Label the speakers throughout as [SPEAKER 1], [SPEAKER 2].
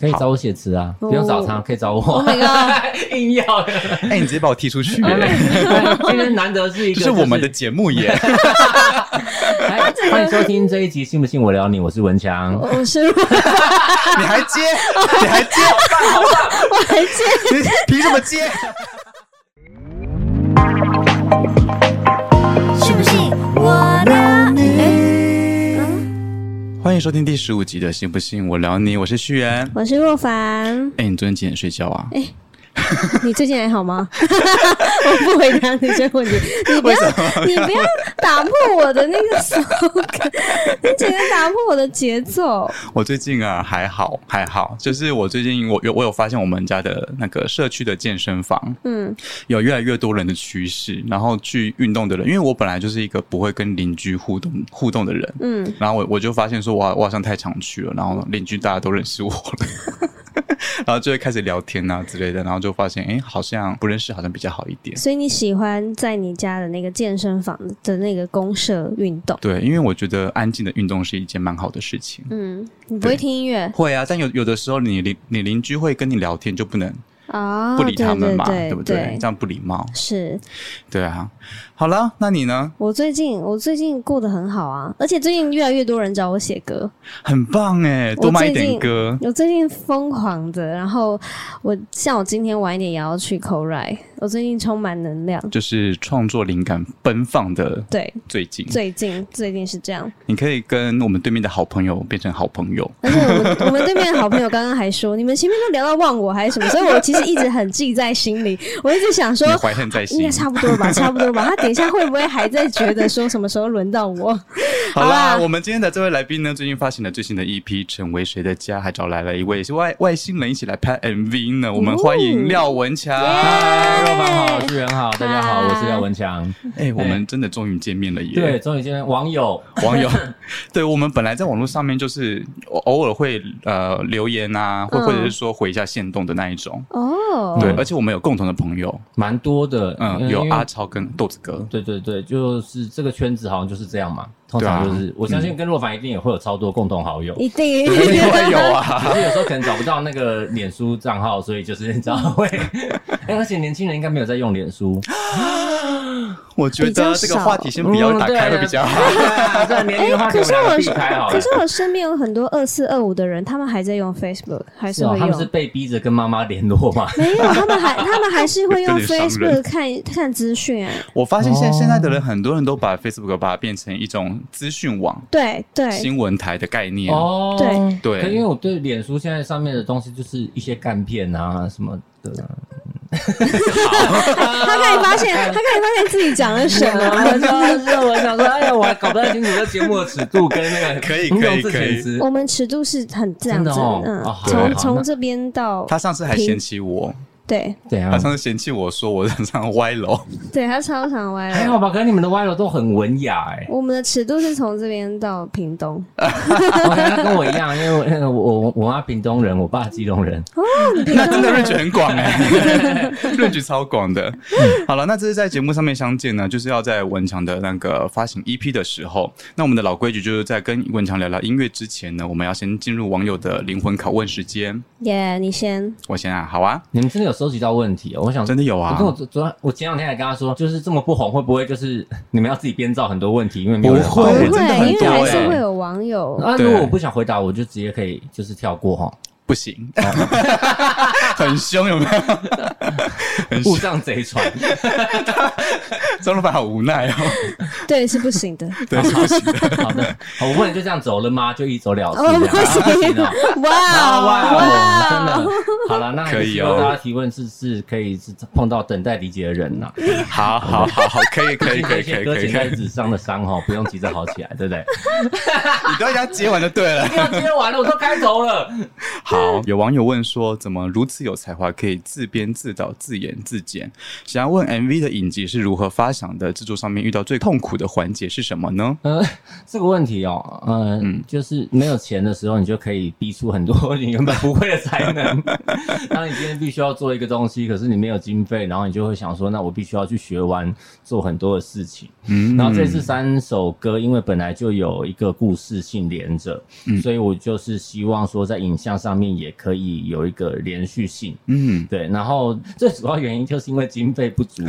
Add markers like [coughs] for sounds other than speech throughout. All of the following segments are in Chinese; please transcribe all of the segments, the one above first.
[SPEAKER 1] 可以找我写词啊，
[SPEAKER 2] 哦
[SPEAKER 1] 不用找他，可以找我
[SPEAKER 2] Oh。my god！
[SPEAKER 1] [laughs] 硬要的，
[SPEAKER 3] 哎、你直接把我踢出去、
[SPEAKER 1] 嗯
[SPEAKER 3] 哎
[SPEAKER 1] 今天难得是一个，
[SPEAKER 3] 这是我们的。节目耶！
[SPEAKER 1] 哎欢迎收听这一集，信不信我聊你？我是文强。
[SPEAKER 2] 我哦是我
[SPEAKER 3] 你还接，你还接，
[SPEAKER 2] 还
[SPEAKER 3] [laughs]
[SPEAKER 2] 记得
[SPEAKER 3] 你凭什么接？
[SPEAKER 4] 信不信我的
[SPEAKER 3] 哎嗯欢迎收听第十五集的《信不信我聊你》，我是旭元。
[SPEAKER 2] 我是若凡。
[SPEAKER 3] 哎、你昨天几点睡觉啊？
[SPEAKER 2] 你最近还好吗？ [laughs] 我不回答你这个问题，你不要你不要打破我的那个手感，你整个打破我的节奏。
[SPEAKER 3] 我最近啊还好还好，就是我最近我有我有发现我们家的那个社区的健身房
[SPEAKER 2] 嗯，
[SPEAKER 3] 有越来越多人的趋势，然后去运动的人，因为我本来就是一个不会跟邻居互动互动的人，
[SPEAKER 2] 嗯，
[SPEAKER 3] 然后我我就发现说我好我好像太常去了，然后邻居大家都认识我了。 [laughs] 然后就会开始聊天啊之类的，然后就发现，哎、好像不认识好像比较好一点。
[SPEAKER 2] 所以你喜欢在你家的那个健身房的那个公社运动？
[SPEAKER 3] 对，因为我觉得安静的运动是一件蛮好的事情。
[SPEAKER 2] 嗯，你不会
[SPEAKER 3] 对
[SPEAKER 2] 听音乐
[SPEAKER 3] 会啊，但有有的时候你邻你邻居会跟你聊天，就不能
[SPEAKER 2] 啊？
[SPEAKER 3] 不理他们嘛，
[SPEAKER 2] 对
[SPEAKER 3] 不
[SPEAKER 2] 对？
[SPEAKER 3] 这样不礼貌。
[SPEAKER 2] 是
[SPEAKER 3] 对啊，好了，那你呢？
[SPEAKER 2] 我最近我最近过得很好啊，而且最近越来越多人找我写歌。
[SPEAKER 3] 很棒哎，
[SPEAKER 2] 我
[SPEAKER 3] 多卖一
[SPEAKER 2] 最
[SPEAKER 3] 点
[SPEAKER 2] 近
[SPEAKER 3] 歌。
[SPEAKER 2] 我最近疯狂的，然后我像我今天晚一点也要去 c o r i 我最近充满能量。
[SPEAKER 3] 就是创作灵感奔放的
[SPEAKER 2] 对，
[SPEAKER 3] 最近，
[SPEAKER 2] 最近最近是这样，
[SPEAKER 3] 你可以跟我们对面的好朋友变成好朋友。
[SPEAKER 2] 而且我们我们对面的好朋友刚刚还说，你们前面都聊到忘我还是什么，所以我其实一直很记在心里，我一直想说啊
[SPEAKER 3] 你。怀恨在
[SPEAKER 2] 应
[SPEAKER 3] 心
[SPEAKER 2] 该。差不多吧，差不多吧。他等一下会不会还在觉得说什么时候轮到我？
[SPEAKER 3] 好啦，
[SPEAKER 2] 好啦
[SPEAKER 3] 我们今天的这位来宾呢，最近发行了最新的 EP《成为谁的家》，还找来了一位是外外星人一起来拍 MV 呢。我
[SPEAKER 2] 哦
[SPEAKER 3] 们欢迎廖文强。
[SPEAKER 1] 嗨，若凡好，巨人好，大家好，
[SPEAKER 2] 嗨
[SPEAKER 1] 我是廖文强。
[SPEAKER 3] 哎，我们真的终于见面了耶！
[SPEAKER 1] 对，，终于今天网友
[SPEAKER 2] [laughs]
[SPEAKER 3] 网友，对我们本来在网络上面就是偶偶尔会呃留言啊，或
[SPEAKER 2] 嗯
[SPEAKER 3] 或者是说回一下线动的那一种。
[SPEAKER 2] 哦，
[SPEAKER 3] 对，
[SPEAKER 1] 嗯
[SPEAKER 3] 而且我们有共同的朋友，
[SPEAKER 1] 蛮多的，
[SPEAKER 3] 嗯，
[SPEAKER 1] 因
[SPEAKER 3] 有
[SPEAKER 1] 为
[SPEAKER 3] 阿超跟豆子
[SPEAKER 2] [laughs]
[SPEAKER 3] 哥，
[SPEAKER 1] 对对对，就是这个圈子好像就是这样嘛，通
[SPEAKER 3] 对啊
[SPEAKER 1] 常就是我相信跟若凡一定也会有超多共同好友。
[SPEAKER 2] 一定
[SPEAKER 3] 一定会有啊。
[SPEAKER 1] 可是有时候可能找不到那个脸书账号，所以就是你知道
[SPEAKER 2] [laughs]
[SPEAKER 1] 会，哎而且年轻人应该没有在用脸书，
[SPEAKER 3] 我觉
[SPEAKER 2] 比较
[SPEAKER 3] 得这
[SPEAKER 2] 少嗯啊
[SPEAKER 3] 个话题先不要打开会比较好。
[SPEAKER 1] 好。嗯对，年龄的话，
[SPEAKER 2] 哎可是我
[SPEAKER 1] 避开好
[SPEAKER 2] 可
[SPEAKER 1] 了
[SPEAKER 2] 是。我身边有很多二四二五的人，他们还在用 Facebook，还
[SPEAKER 1] 是
[SPEAKER 2] 是
[SPEAKER 1] 哦
[SPEAKER 2] 会，
[SPEAKER 1] 他
[SPEAKER 2] 用。
[SPEAKER 1] 们是被逼着跟妈妈联络嘛？
[SPEAKER 2] 没有，他们还他们还是会用
[SPEAKER 3] 有点伤人
[SPEAKER 2] Facebook 看看资讯、哎，
[SPEAKER 3] 我发现现
[SPEAKER 1] 哦
[SPEAKER 3] 现在的人，很多人都把 Facebook 把它变成一种资讯网、
[SPEAKER 2] 对对，
[SPEAKER 3] 新闻台的概念。
[SPEAKER 1] 哦，
[SPEAKER 2] 对
[SPEAKER 3] 对
[SPEAKER 1] 可因为我对脸书现在上面的东西就是一些干片啊什么的，
[SPEAKER 2] 他可以发 [laughs] 现，他可以发现自己讲了什么。
[SPEAKER 1] 啊我就是我想说，哎呀，我还搞不太清楚这节目的尺度跟那个
[SPEAKER 3] [laughs] 可以
[SPEAKER 1] 形容
[SPEAKER 3] 可以
[SPEAKER 1] 字
[SPEAKER 3] 可以
[SPEAKER 1] 遣词
[SPEAKER 2] 我们尺度是很这样
[SPEAKER 1] 真
[SPEAKER 2] 子，
[SPEAKER 1] 的哦
[SPEAKER 2] 嗯
[SPEAKER 1] 哦好，
[SPEAKER 3] 好
[SPEAKER 2] 从
[SPEAKER 3] 好
[SPEAKER 1] 那
[SPEAKER 2] 从这边到
[SPEAKER 3] 他上次还嫌弃我，
[SPEAKER 2] 对
[SPEAKER 1] 怎样
[SPEAKER 3] 他？上次嫌弃我说我人上歪楼，
[SPEAKER 2] 对，他超常歪
[SPEAKER 1] 还
[SPEAKER 2] 了。
[SPEAKER 1] 好吧，可是你们的歪楼都很文雅 [laughs] 哎、
[SPEAKER 2] 我们的尺度是从这边到屏东
[SPEAKER 1] 我跟哦他跟我一样，因为我那个我我我妈屏东人，我爸基隆人，
[SPEAKER 2] 哦，你屏
[SPEAKER 3] 那
[SPEAKER 2] 东
[SPEAKER 3] 真的
[SPEAKER 2] 人
[SPEAKER 3] range 很广哎、r [laughs] a n g e 超广的。好了，那这是在节目上面相见呢，就是要在文强的那个发行 EP 的时候，那我们的老规矩就是在跟文强聊聊音乐之前呢，我们要先进入网友的灵魂拷问时间。
[SPEAKER 2] 耶你先，
[SPEAKER 3] 我先啊，好啊，
[SPEAKER 1] 你们真的有收集到问题哦？我想
[SPEAKER 3] 真的有
[SPEAKER 1] 我
[SPEAKER 3] 啊
[SPEAKER 1] 跟，我昨昨我前两天还跟他说，就是这么不红，会不会就是 [laughs] 你们要自己编造很多问题，因为没有人
[SPEAKER 3] 不会
[SPEAKER 1] 回
[SPEAKER 2] 不
[SPEAKER 1] 答
[SPEAKER 2] 会，
[SPEAKER 3] 真的很
[SPEAKER 2] 因为
[SPEAKER 3] 多
[SPEAKER 2] 还
[SPEAKER 3] 哎
[SPEAKER 2] 是会有网友。
[SPEAKER 1] 啊，
[SPEAKER 3] 对
[SPEAKER 1] 欸如果我不想回答，我就直接可以就是跳过
[SPEAKER 3] [laughs]
[SPEAKER 1] 哈，
[SPEAKER 3] 不行， [laughs] 很凶有没有？很
[SPEAKER 1] 误
[SPEAKER 3] 凶，
[SPEAKER 1] 上哦贼船。
[SPEAKER 3] 张老板好无奈哦，
[SPEAKER 2] 对，是不行的。
[SPEAKER 3] 对，是不行的。
[SPEAKER 1] 好的，好我不能就这样走了吗？就一走了之
[SPEAKER 2] 哦，
[SPEAKER 1] 这样
[SPEAKER 2] 不
[SPEAKER 1] 啊不
[SPEAKER 2] 行 [laughs]
[SPEAKER 1] 行
[SPEAKER 3] [laughs]
[SPEAKER 1] 哦。，啊
[SPEAKER 2] 哇哦
[SPEAKER 1] 哇，真
[SPEAKER 2] 哇
[SPEAKER 1] 的，好了，那还
[SPEAKER 3] 可
[SPEAKER 1] 是
[SPEAKER 3] 以
[SPEAKER 1] 希
[SPEAKER 3] 哦
[SPEAKER 1] 望大家提问是是可以是碰到等待理解的人呐。
[SPEAKER 3] [laughs] 好好好好，可以可以可
[SPEAKER 1] 这
[SPEAKER 3] 以可
[SPEAKER 1] 些
[SPEAKER 3] 以
[SPEAKER 1] 搁
[SPEAKER 3] 可以
[SPEAKER 1] 浅
[SPEAKER 3] 可
[SPEAKER 1] 在
[SPEAKER 3] 以，
[SPEAKER 1] 纸上的伤哈，不用急着好起来，对
[SPEAKER 3] [laughs]
[SPEAKER 1] 不对？
[SPEAKER 3] 你都要接完就对了。
[SPEAKER 1] 要接完了，我都开头了。嗯
[SPEAKER 3] 好，有网友问说，怎么如此有才华，可以自编自导、自演自剪？想要问 MV 的影集是如何发想的？制作上面遇到最痛苦的环节是什么呢？
[SPEAKER 1] 呃，这个问题哦，呃、 [laughs] 嗯，就是没有钱的时候，你就可以逼出很多你原本不会的才能。那当你今天必须要做一个东西，可是你没有经费，然后你就会想说，那我必须要去学完做很多的事情。
[SPEAKER 3] 嗯
[SPEAKER 1] 然后这次三首歌，因为本来就有一个故事性连着，所以我就是希望说在影像上面也可以有一个连续性。
[SPEAKER 3] 嗯，
[SPEAKER 1] 对，然后最主要原因就是因为经费不足，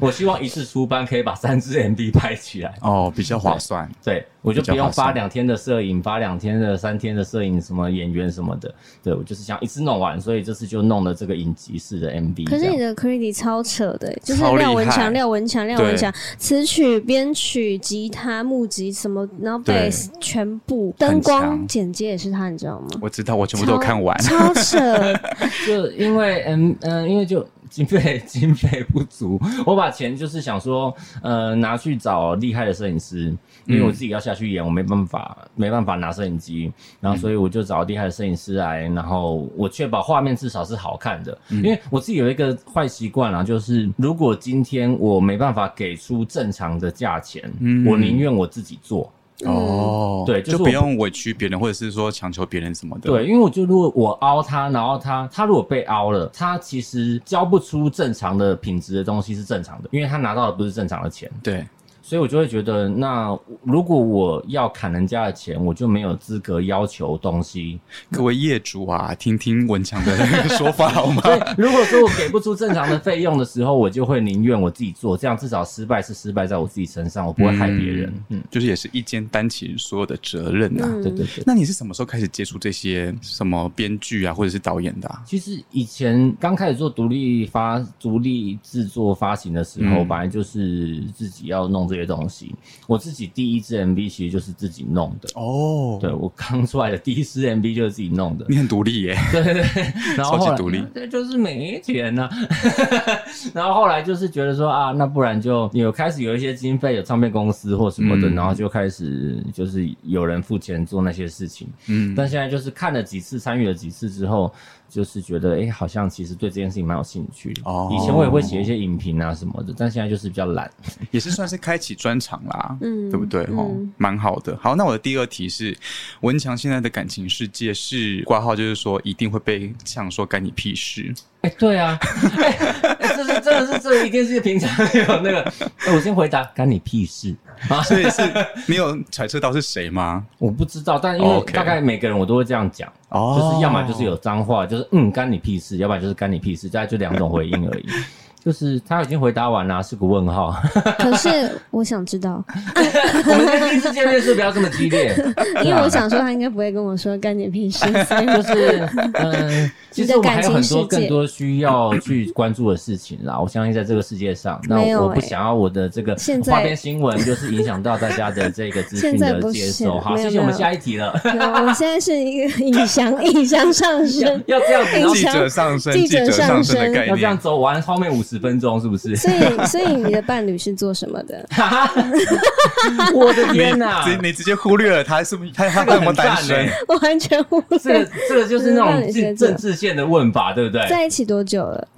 [SPEAKER 1] 我希望一次出班可以把三支 MV 拍起来。
[SPEAKER 3] 哦，比较划算，
[SPEAKER 1] 对，我就
[SPEAKER 3] 比较
[SPEAKER 1] 不用
[SPEAKER 3] 划算
[SPEAKER 1] 发两天的摄影，发两天的、三天的摄影，什么演员什么的。对我就是想一次弄完，所以这次就弄了这个影集式的 MV 这样。
[SPEAKER 2] 可是你的 credit 超扯的、欸就是
[SPEAKER 3] 超厉
[SPEAKER 2] 廖文
[SPEAKER 3] 害
[SPEAKER 2] 强、廖文强、廖文
[SPEAKER 3] 对
[SPEAKER 2] 强，词曲、编曲、吉他、木吉什么，然后
[SPEAKER 3] 对
[SPEAKER 2] bass 全部，
[SPEAKER 3] 很
[SPEAKER 2] 灯光
[SPEAKER 3] 强
[SPEAKER 2] 剪接也是他，你知道吗？
[SPEAKER 3] 我知道，我全部都有看完。
[SPEAKER 2] 超
[SPEAKER 3] [laughs]
[SPEAKER 2] 扯，
[SPEAKER 1] [laughs] 就因为嗯嗯、因为就经费经费不足， [laughs] 我把钱就是想说，呃，拿去找厉害的摄影师，因为我自己要下去演，我没办法没办法拿摄影机，然后所以我就找厉害的摄影师来，然后我确保画面至少是好看的，因为我自己有一个坏习惯啊，就是如果今天我没办法给出正常的价钱，
[SPEAKER 3] 嗯
[SPEAKER 1] 我宁愿我自己做。
[SPEAKER 3] 哦，
[SPEAKER 1] 嗯对就是
[SPEAKER 3] 就
[SPEAKER 1] 我
[SPEAKER 3] 不用委屈别人，或者是说强求别人什么的。
[SPEAKER 1] 对，因为我就如果我凹他，然后他他如果被凹了，他其实交不出正常的品质的东西是正常的，因为他拿到的不是正常的钱，
[SPEAKER 3] 对，
[SPEAKER 1] 所以我就会觉得，那如果我要砍人家的钱，我就没有资格要求东西。
[SPEAKER 3] 各位业主啊，听听文强的 [laughs] 说法好吗？
[SPEAKER 1] 所以如果说我给不出正常的费用的时候，我就会宁愿我自己做，这样至少失败是失败在我自己身上，我不会害别人。嗯，
[SPEAKER 3] 就是也是一肩担起所有的责任啊。
[SPEAKER 2] 嗯
[SPEAKER 1] 对对对。
[SPEAKER 3] 那你是什么时候开始接触这些什么编剧啊，或者是导演的、啊？
[SPEAKER 1] 其实以前刚开始做独立发、独立制作发行的时候，
[SPEAKER 3] 嗯
[SPEAKER 1] 本来就是自己要弄这些东西。我自己第一支 MV 其实就是自己弄的。
[SPEAKER 3] 哦，
[SPEAKER 1] 对，我刚出来的第一支 MV 就是自己弄的，
[SPEAKER 3] 你很独立耶，
[SPEAKER 1] 对对 [laughs] 对，然后后
[SPEAKER 3] 超
[SPEAKER 1] 来
[SPEAKER 3] 级独立
[SPEAKER 1] 对，就是没钱呐、 [laughs] 然后后来就是觉得说啊，那不然就有开始有一些经费，有唱片公司或什么的，
[SPEAKER 3] 嗯
[SPEAKER 1] 然后就开始就是有人付钱做那些事情。
[SPEAKER 3] 嗯，
[SPEAKER 1] 但现在就是看了几次，参与了几次之后，就是觉得哎、诶好像其实对这件事情蛮有兴趣的。
[SPEAKER 3] 哦
[SPEAKER 1] 以前我也会写一些影评啊什么的，但现在就是比较懒。
[SPEAKER 3] [laughs] 也是算是开启专场啦，
[SPEAKER 2] 嗯
[SPEAKER 3] 对不对？哦
[SPEAKER 2] 嗯，
[SPEAKER 3] 蛮好的。好，那我的第二题是，文强现在的感情世界是挂号，就是说一定会被呛说干你屁事。
[SPEAKER 1] 哎、对啊，哎、诶这是真的是这一定是平常有那个。哎、我先回答，干你屁事啊！
[SPEAKER 3] 所以是你有揣测到是谁吗？
[SPEAKER 1] 我不知道，但因为
[SPEAKER 3] OK
[SPEAKER 1] 大概每个人我都会这样讲
[SPEAKER 3] 哦
[SPEAKER 1] 就是要么就是有脏话，就是嗯干你屁事，要不然就是干你屁事，大概就两种回应
[SPEAKER 2] [laughs]
[SPEAKER 1] 而已。就是他已经回答完了，是个问号。
[SPEAKER 2] 可是我想知
[SPEAKER 3] [laughs]
[SPEAKER 2] 道，
[SPEAKER 1] 我们今天第一次见面是不要这么激
[SPEAKER 2] [laughs]
[SPEAKER 1] 烈，
[SPEAKER 2] 因为我想说他应该不会跟我说干你屁事，所
[SPEAKER 3] [laughs]
[SPEAKER 2] 以
[SPEAKER 1] 就是嗯，其实我们还有很多更多需要去关注的事情啦。我相信在这个世界上，那
[SPEAKER 2] 没有
[SPEAKER 1] 我不
[SPEAKER 2] 欸
[SPEAKER 1] 想要我的这个
[SPEAKER 2] 现在
[SPEAKER 1] 花边新闻就是影响到大家的这个资讯
[SPEAKER 2] [laughs] 现在
[SPEAKER 1] 的
[SPEAKER 2] 不
[SPEAKER 1] 接
[SPEAKER 2] 是
[SPEAKER 1] 收。好，
[SPEAKER 2] 没有
[SPEAKER 1] 谢谢我们
[SPEAKER 2] 没有
[SPEAKER 1] 下一题了。
[SPEAKER 2] 我现在是一个影响影响上
[SPEAKER 1] [laughs]
[SPEAKER 2] 升，
[SPEAKER 1] 要这样子，然后
[SPEAKER 3] 哦记者上升，
[SPEAKER 2] 记
[SPEAKER 3] 记
[SPEAKER 2] 者
[SPEAKER 3] 者上升的
[SPEAKER 2] 哎
[SPEAKER 3] 概
[SPEAKER 1] 要这样
[SPEAKER 3] 念。
[SPEAKER 1] 走完后面五十分钟，是不
[SPEAKER 2] [laughs]
[SPEAKER 1] 是？
[SPEAKER 2] 所以所以你的伴侣是做什么的？
[SPEAKER 1] 哈哈，我的天哪、
[SPEAKER 3] 直你直接忽略了他是不是他他
[SPEAKER 1] 这个
[SPEAKER 3] 有没有
[SPEAKER 1] 很
[SPEAKER 3] 单
[SPEAKER 1] 赞
[SPEAKER 3] 身
[SPEAKER 1] 欸？
[SPEAKER 2] 我完全无
[SPEAKER 1] 这个
[SPEAKER 2] 法。 [laughs]
[SPEAKER 1] 这个就是那种政政治线的问法，对不对？
[SPEAKER 2] 在一起多久了？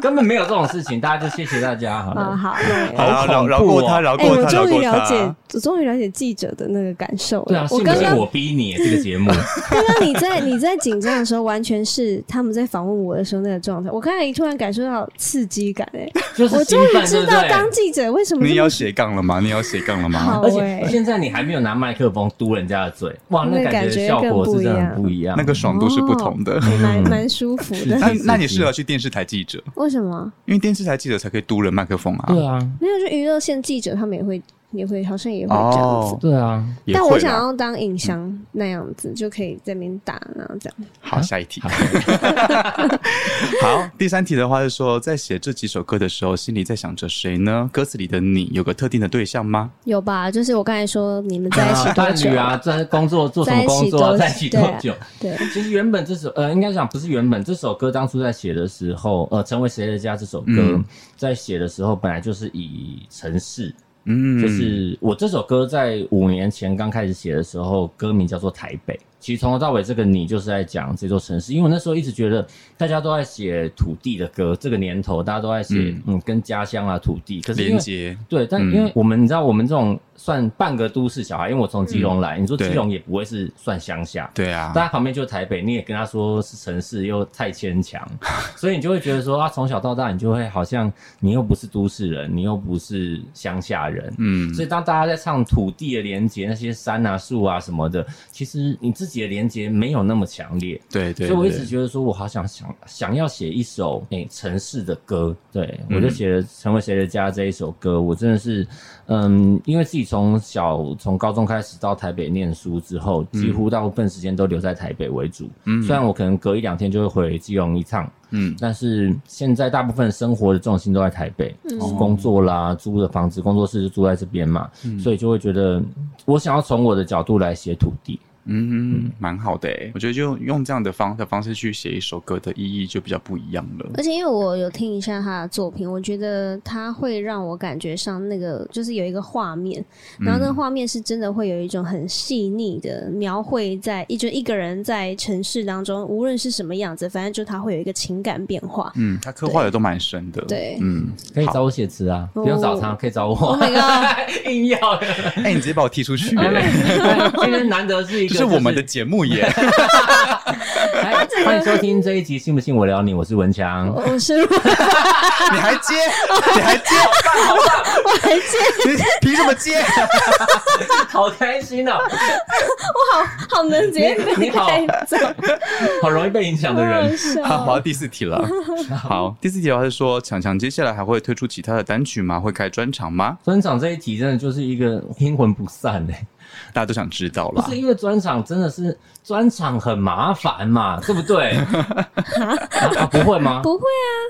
[SPEAKER 1] 根本没有这种事情，大家就谢谢大家好
[SPEAKER 3] 嗯
[SPEAKER 2] 啊，
[SPEAKER 1] 了。
[SPEAKER 2] 好，那
[SPEAKER 1] 好
[SPEAKER 3] 好
[SPEAKER 1] 恐怖哦
[SPEAKER 3] 饶饶过他，饶
[SPEAKER 2] 哎、
[SPEAKER 3] 过
[SPEAKER 2] 我
[SPEAKER 3] 他，饶
[SPEAKER 2] 终于
[SPEAKER 3] 过
[SPEAKER 2] 了解
[SPEAKER 3] 他。，
[SPEAKER 2] 我终于了解记者的那个感受
[SPEAKER 1] 对啊，
[SPEAKER 2] 了。我
[SPEAKER 1] 是不
[SPEAKER 2] 刚
[SPEAKER 1] 是
[SPEAKER 2] 刚
[SPEAKER 1] 我逼你这个节
[SPEAKER 2] [laughs]
[SPEAKER 1] 目？
[SPEAKER 2] 刚刚你在你在紧张的时候，完全是他们在访问我的时候那个状态。我刚才突然感受到刺激感、欸，
[SPEAKER 1] [laughs] 就
[SPEAKER 2] 我
[SPEAKER 1] 是兴
[SPEAKER 2] 终于
[SPEAKER 1] 奋，对
[SPEAKER 2] 知
[SPEAKER 1] 不
[SPEAKER 2] 道当
[SPEAKER 1] 对？
[SPEAKER 2] 记者为什么
[SPEAKER 3] 你
[SPEAKER 2] 这
[SPEAKER 3] 要
[SPEAKER 2] 么
[SPEAKER 3] 斜杠了吗？你要斜杠了吗？
[SPEAKER 2] 好
[SPEAKER 1] 而
[SPEAKER 2] 哎、
[SPEAKER 1] 且现在你还没有拿麦克风嘟人家的嘴，哇，
[SPEAKER 2] 那
[SPEAKER 1] 那
[SPEAKER 2] 感
[SPEAKER 1] 感
[SPEAKER 2] 觉
[SPEAKER 1] 觉效果是真的很不一样。
[SPEAKER 3] 那个爽度是不同的。
[SPEAKER 2] 还蛮
[SPEAKER 3] [laughs]
[SPEAKER 2] 蛮舒服的。
[SPEAKER 3] 那
[SPEAKER 1] 是是
[SPEAKER 3] 那你适合去电视台记者，
[SPEAKER 2] 为什么？
[SPEAKER 3] 因为电视台记者才可以嘟人麦克风啊。
[SPEAKER 1] 对啊，
[SPEAKER 2] 没有，就娱乐线记者他们也会也会好像也会这样子。
[SPEAKER 3] 哦
[SPEAKER 1] 对啊。
[SPEAKER 3] 也
[SPEAKER 2] 但我
[SPEAKER 3] 会
[SPEAKER 2] 想
[SPEAKER 3] 啦。
[SPEAKER 2] 要当影像那样子，就可以在那边打，然后这样。
[SPEAKER 3] 好，下一题。 [laughs] 好，第三题的话是说，在写这几首歌的时候，心里在想着谁呢？歌词里的你有个特定的对象吗？
[SPEAKER 2] 有吧？就是我刚才说你们在一起
[SPEAKER 1] 啊
[SPEAKER 2] 多
[SPEAKER 1] 伴
[SPEAKER 2] 久
[SPEAKER 1] 侣？啊，在工作做什么工作啊，在一
[SPEAKER 2] 在一
[SPEAKER 1] 起
[SPEAKER 2] 起
[SPEAKER 1] 多
[SPEAKER 2] 多
[SPEAKER 1] 久？
[SPEAKER 2] 对，
[SPEAKER 1] 其实原本这首呃，应该讲不是原本这首歌，当初在写的时候，呃，《成为谁的家》这首歌、
[SPEAKER 3] 嗯
[SPEAKER 1] 在写的时候，本来就是以城市，
[SPEAKER 3] 嗯，
[SPEAKER 1] 就是我这首歌在五年前刚开始写的时候，歌名叫做《台北》。其实从头到尾这个你就是在讲这座城市，因为我那时候一直觉得大家都在写土地的歌，这个年头大家都在写嗯
[SPEAKER 3] 嗯
[SPEAKER 1] 跟家乡啊土地，可是因为
[SPEAKER 3] 连接，
[SPEAKER 1] 对，但
[SPEAKER 3] 嗯
[SPEAKER 1] 因为我们、你知道我们这种算半个都市小孩，因为我从基隆来，你说基
[SPEAKER 3] 嗯对
[SPEAKER 1] 隆也不会是算乡下。
[SPEAKER 3] 对啊
[SPEAKER 1] 大，家旁边就是台北，你也跟他说是城市，又太牵强， [laughs] 所以你就会觉得说啊，从小到大你就会好像你又不是都市人，你又不是乡下人，
[SPEAKER 3] 嗯，
[SPEAKER 1] 所以当大家在唱土地的连接，那些山啊、树啊什么的，其实你自己的连接没有那么强烈。
[SPEAKER 3] 对对，
[SPEAKER 1] 所以我一
[SPEAKER 3] 对
[SPEAKER 1] 直觉得说，我好想想想要写一首诶、城市的歌，对、我
[SPEAKER 3] 嗯
[SPEAKER 1] 就写了《成为谁的家》这一首歌，我真的是，嗯，因为自己从小从高中开始到台北念书之后，几
[SPEAKER 3] 嗯
[SPEAKER 1] 乎大部分时间都留在台北为主，嗯，虽然我可能隔一两天就会回基隆一趟，
[SPEAKER 3] 嗯
[SPEAKER 1] 但是现在大部分生活的重心都在台北，
[SPEAKER 3] 哦
[SPEAKER 1] 工作啦、租的房子、工作室就住在这边嘛，
[SPEAKER 3] 嗯
[SPEAKER 1] 所以就会觉得我想要从我的角度来写土地，
[SPEAKER 3] 嗯，蛮好的诶，我觉得就用这样的方的方式去写一首歌的意义就比较不一样了。
[SPEAKER 2] 而且因为我有听一下他的作品，我觉得他会让我感觉上那个就是有一个画面，然后那
[SPEAKER 1] 嗯
[SPEAKER 2] 个画面是真的会有一种很细腻的描绘在一就一个人在城市当中，无论是什么样子，反正就他会有一个情感变化。
[SPEAKER 3] 嗯，他刻画的都蛮深的。
[SPEAKER 2] 对
[SPEAKER 3] 嗯，
[SPEAKER 1] 可以
[SPEAKER 3] 好
[SPEAKER 1] 找我写词啊，
[SPEAKER 2] 哦
[SPEAKER 1] 不用找他，可以找我。
[SPEAKER 2] Oh my
[SPEAKER 1] [laughs]
[SPEAKER 2] god！
[SPEAKER 1] 硬要，
[SPEAKER 3] 哎、你直接把我踢
[SPEAKER 1] [laughs]
[SPEAKER 3] 出去、欸，
[SPEAKER 1] 今天难 [laughs] 得是一
[SPEAKER 3] 这
[SPEAKER 1] 个，
[SPEAKER 3] 是我们的。节
[SPEAKER 1] [laughs]
[SPEAKER 3] 目耶。
[SPEAKER 1] 哎欢迎收听这一集，信不信我聊你？我是文强。
[SPEAKER 2] 我我是我
[SPEAKER 3] 你还接，你还接，
[SPEAKER 2] 还接，
[SPEAKER 3] 你 [laughs] 凭什么接？
[SPEAKER 1] 好开心 [laughs] 哦，
[SPEAKER 2] 好能直接
[SPEAKER 1] 你
[SPEAKER 2] 被
[SPEAKER 1] 你好
[SPEAKER 2] 带走，
[SPEAKER 1] 好容易被影响的
[SPEAKER 2] 好
[SPEAKER 1] 人。
[SPEAKER 2] 笑
[SPEAKER 3] 好，跑到第四题 [laughs] 了。好，第四题的话是说，强强接下来还会推出其他的单曲吗？会开专场吗？
[SPEAKER 1] 专场这一题真的就是一个阴魂不散哎、
[SPEAKER 3] 大家都想知道
[SPEAKER 1] 不
[SPEAKER 3] 啦
[SPEAKER 1] 是。因为专场真的是专场很麻烦嘛，对不 [laughs] 对？啊啊不会吗？
[SPEAKER 2] 不会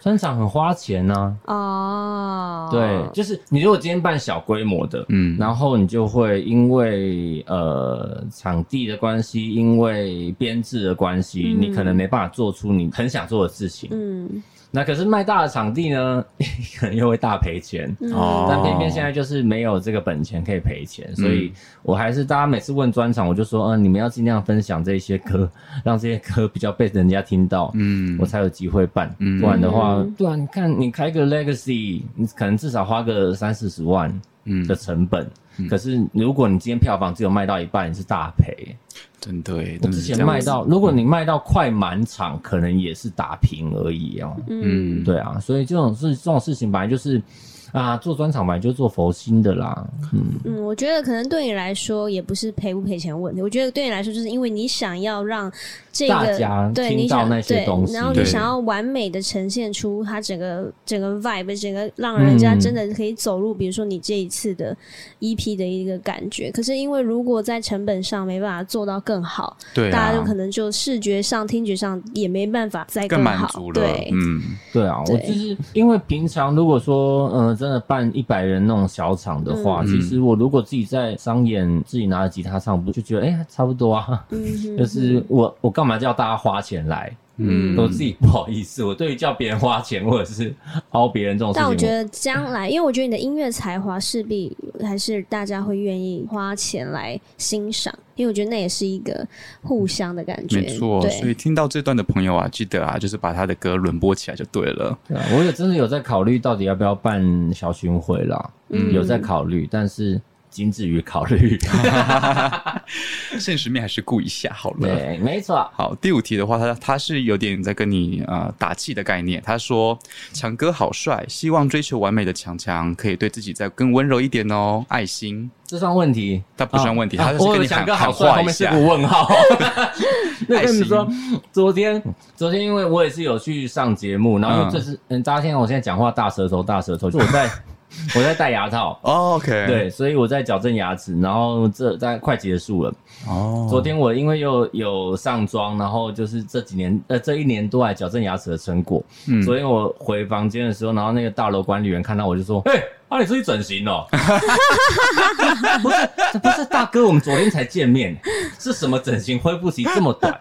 [SPEAKER 1] 专场很花钱呢、
[SPEAKER 2] 啊，哦，
[SPEAKER 1] 对，就是你如果今天办小规模的，
[SPEAKER 3] 嗯，
[SPEAKER 1] 然后你就会因为呃场地的关系，因为编制的关系，
[SPEAKER 2] 嗯
[SPEAKER 1] 你可能没办法做出你很想做的事情。
[SPEAKER 2] 嗯，
[SPEAKER 1] 那可是卖大的场地呢， [laughs] 可能又会大赔钱。
[SPEAKER 2] 嗯
[SPEAKER 3] 哦
[SPEAKER 1] 但偏偏现在就是没有这个本钱可以赔钱，所
[SPEAKER 3] 嗯
[SPEAKER 1] 以我还是大家每次问专场，我就说，嗯、你们要尽量分享这些歌，让这些歌比较被人家听到，
[SPEAKER 3] 嗯
[SPEAKER 1] 我才有机会办。
[SPEAKER 3] 嗯
[SPEAKER 1] 不然的话，
[SPEAKER 2] 嗯
[SPEAKER 1] 对啊，你看你开个 Legacy，你可能至少花个三四十万，
[SPEAKER 3] 嗯
[SPEAKER 1] 的，成本。可是如果你今天票房只有卖到一半，你是大赔。
[SPEAKER 3] 真的耶，
[SPEAKER 1] 我之
[SPEAKER 3] 真的嗯是这
[SPEAKER 1] 前
[SPEAKER 3] 样
[SPEAKER 1] 卖
[SPEAKER 3] 子。
[SPEAKER 1] 到，如果你卖到快满场，可能也是打平而已哦。
[SPEAKER 2] 嗯，
[SPEAKER 3] 嗯，
[SPEAKER 1] 对啊，所以这种事这种事情本来就是啊，做专场本来就做佛心的啦。嗯，
[SPEAKER 2] 嗯，我觉得可能对你来说也不是赔不赔钱的问题，我觉得对你来说就是因为你想要让这
[SPEAKER 1] 大
[SPEAKER 2] 个
[SPEAKER 1] 家
[SPEAKER 2] 对
[SPEAKER 1] 听
[SPEAKER 2] 你
[SPEAKER 1] 到
[SPEAKER 2] 想
[SPEAKER 1] 那些
[SPEAKER 2] 对
[SPEAKER 1] 东西
[SPEAKER 2] 然后你
[SPEAKER 3] 对
[SPEAKER 2] 想要完美的呈现出它整个整个 vibe，整个让人家
[SPEAKER 1] 嗯
[SPEAKER 2] 真的可以走入，比如说你这一次的 EP 的一个感觉。可是因为如果在成本上没办法做到更好，
[SPEAKER 3] 对啊，
[SPEAKER 2] 大家就可能就视觉上、听觉上也没办法再
[SPEAKER 3] 更满
[SPEAKER 2] 好。
[SPEAKER 3] 足了
[SPEAKER 2] 对。，
[SPEAKER 3] 嗯
[SPEAKER 1] 对啊，我
[SPEAKER 2] 对
[SPEAKER 1] 就是因为平常如果说呃真的办一百人那种小场的话，
[SPEAKER 3] 嗯
[SPEAKER 1] 其实我如果自己在商演，自己拿着吉他唱，不就觉得哎、差不多啊。
[SPEAKER 2] 嗯哼
[SPEAKER 1] 就是我我干嘛叫大家花钱来？
[SPEAKER 3] 嗯，
[SPEAKER 1] 我自己不好意思，我对于叫别人花钱或者是凹别人这种
[SPEAKER 3] 哦
[SPEAKER 1] 事情，
[SPEAKER 2] 但我觉得将来，因为我觉得你的音乐才华势必还是大家会愿意花钱来欣赏，因为我觉得那也是一个互相的感觉。
[SPEAKER 3] 没错，所
[SPEAKER 2] 对，
[SPEAKER 3] 以听到这段的朋友啊，记得啊，就是把他的歌轮播起来就对了。
[SPEAKER 1] 对啊我也真的有在考虑到底要不要办小巡回啦，
[SPEAKER 2] 嗯
[SPEAKER 1] 有在考虑，但是仅止于考
[SPEAKER 3] [laughs]
[SPEAKER 1] 虑。
[SPEAKER 3] 现实面还是顾一下好了。
[SPEAKER 1] 对，没错，
[SPEAKER 3] 好，第五题的话，他他是有点在跟你呃打气的概念。他说：“强哥好帅，希望追求完美的强强可以对自己再更温柔一点哦，爱心。
[SPEAKER 1] 这算问题。
[SPEAKER 3] 他不算问题，
[SPEAKER 1] 啊
[SPEAKER 3] 他就是
[SPEAKER 1] 我
[SPEAKER 3] 跟
[SPEAKER 1] 有
[SPEAKER 3] 你
[SPEAKER 1] 想
[SPEAKER 3] 喊
[SPEAKER 1] 哥好
[SPEAKER 3] 喊
[SPEAKER 1] 帅，
[SPEAKER 3] 话
[SPEAKER 1] 后
[SPEAKER 3] 一
[SPEAKER 1] 面是
[SPEAKER 3] 下
[SPEAKER 1] 个。问
[SPEAKER 3] [laughs]
[SPEAKER 1] 号。 [laughs] 那跟你们说
[SPEAKER 3] 爱，
[SPEAKER 1] 昨天昨天因为我也是有去上节目，然后
[SPEAKER 3] 嗯
[SPEAKER 1] 就是嗯，大家听到我现在讲话大舌头大舌头，就我
[SPEAKER 3] [laughs]
[SPEAKER 1] 在我在戴牙套。
[SPEAKER 3] 哦 OK，
[SPEAKER 1] 对，所以我在矫正牙齿，然后这大概快结束了。
[SPEAKER 3] 哦，
[SPEAKER 1] 昨天我因为又有上妆，然后就是这几年呃这一年多来矫正牙齿的成果。
[SPEAKER 3] 嗯
[SPEAKER 1] 昨天我回房间的时候，然后那个大楼管理员看到我就说：“哎、啊，你出去整形
[SPEAKER 3] [laughs]
[SPEAKER 1] 哦？不是，这不是大哥，我们昨天才见面，是什么整形恢复期这么
[SPEAKER 3] [laughs]
[SPEAKER 1] 短？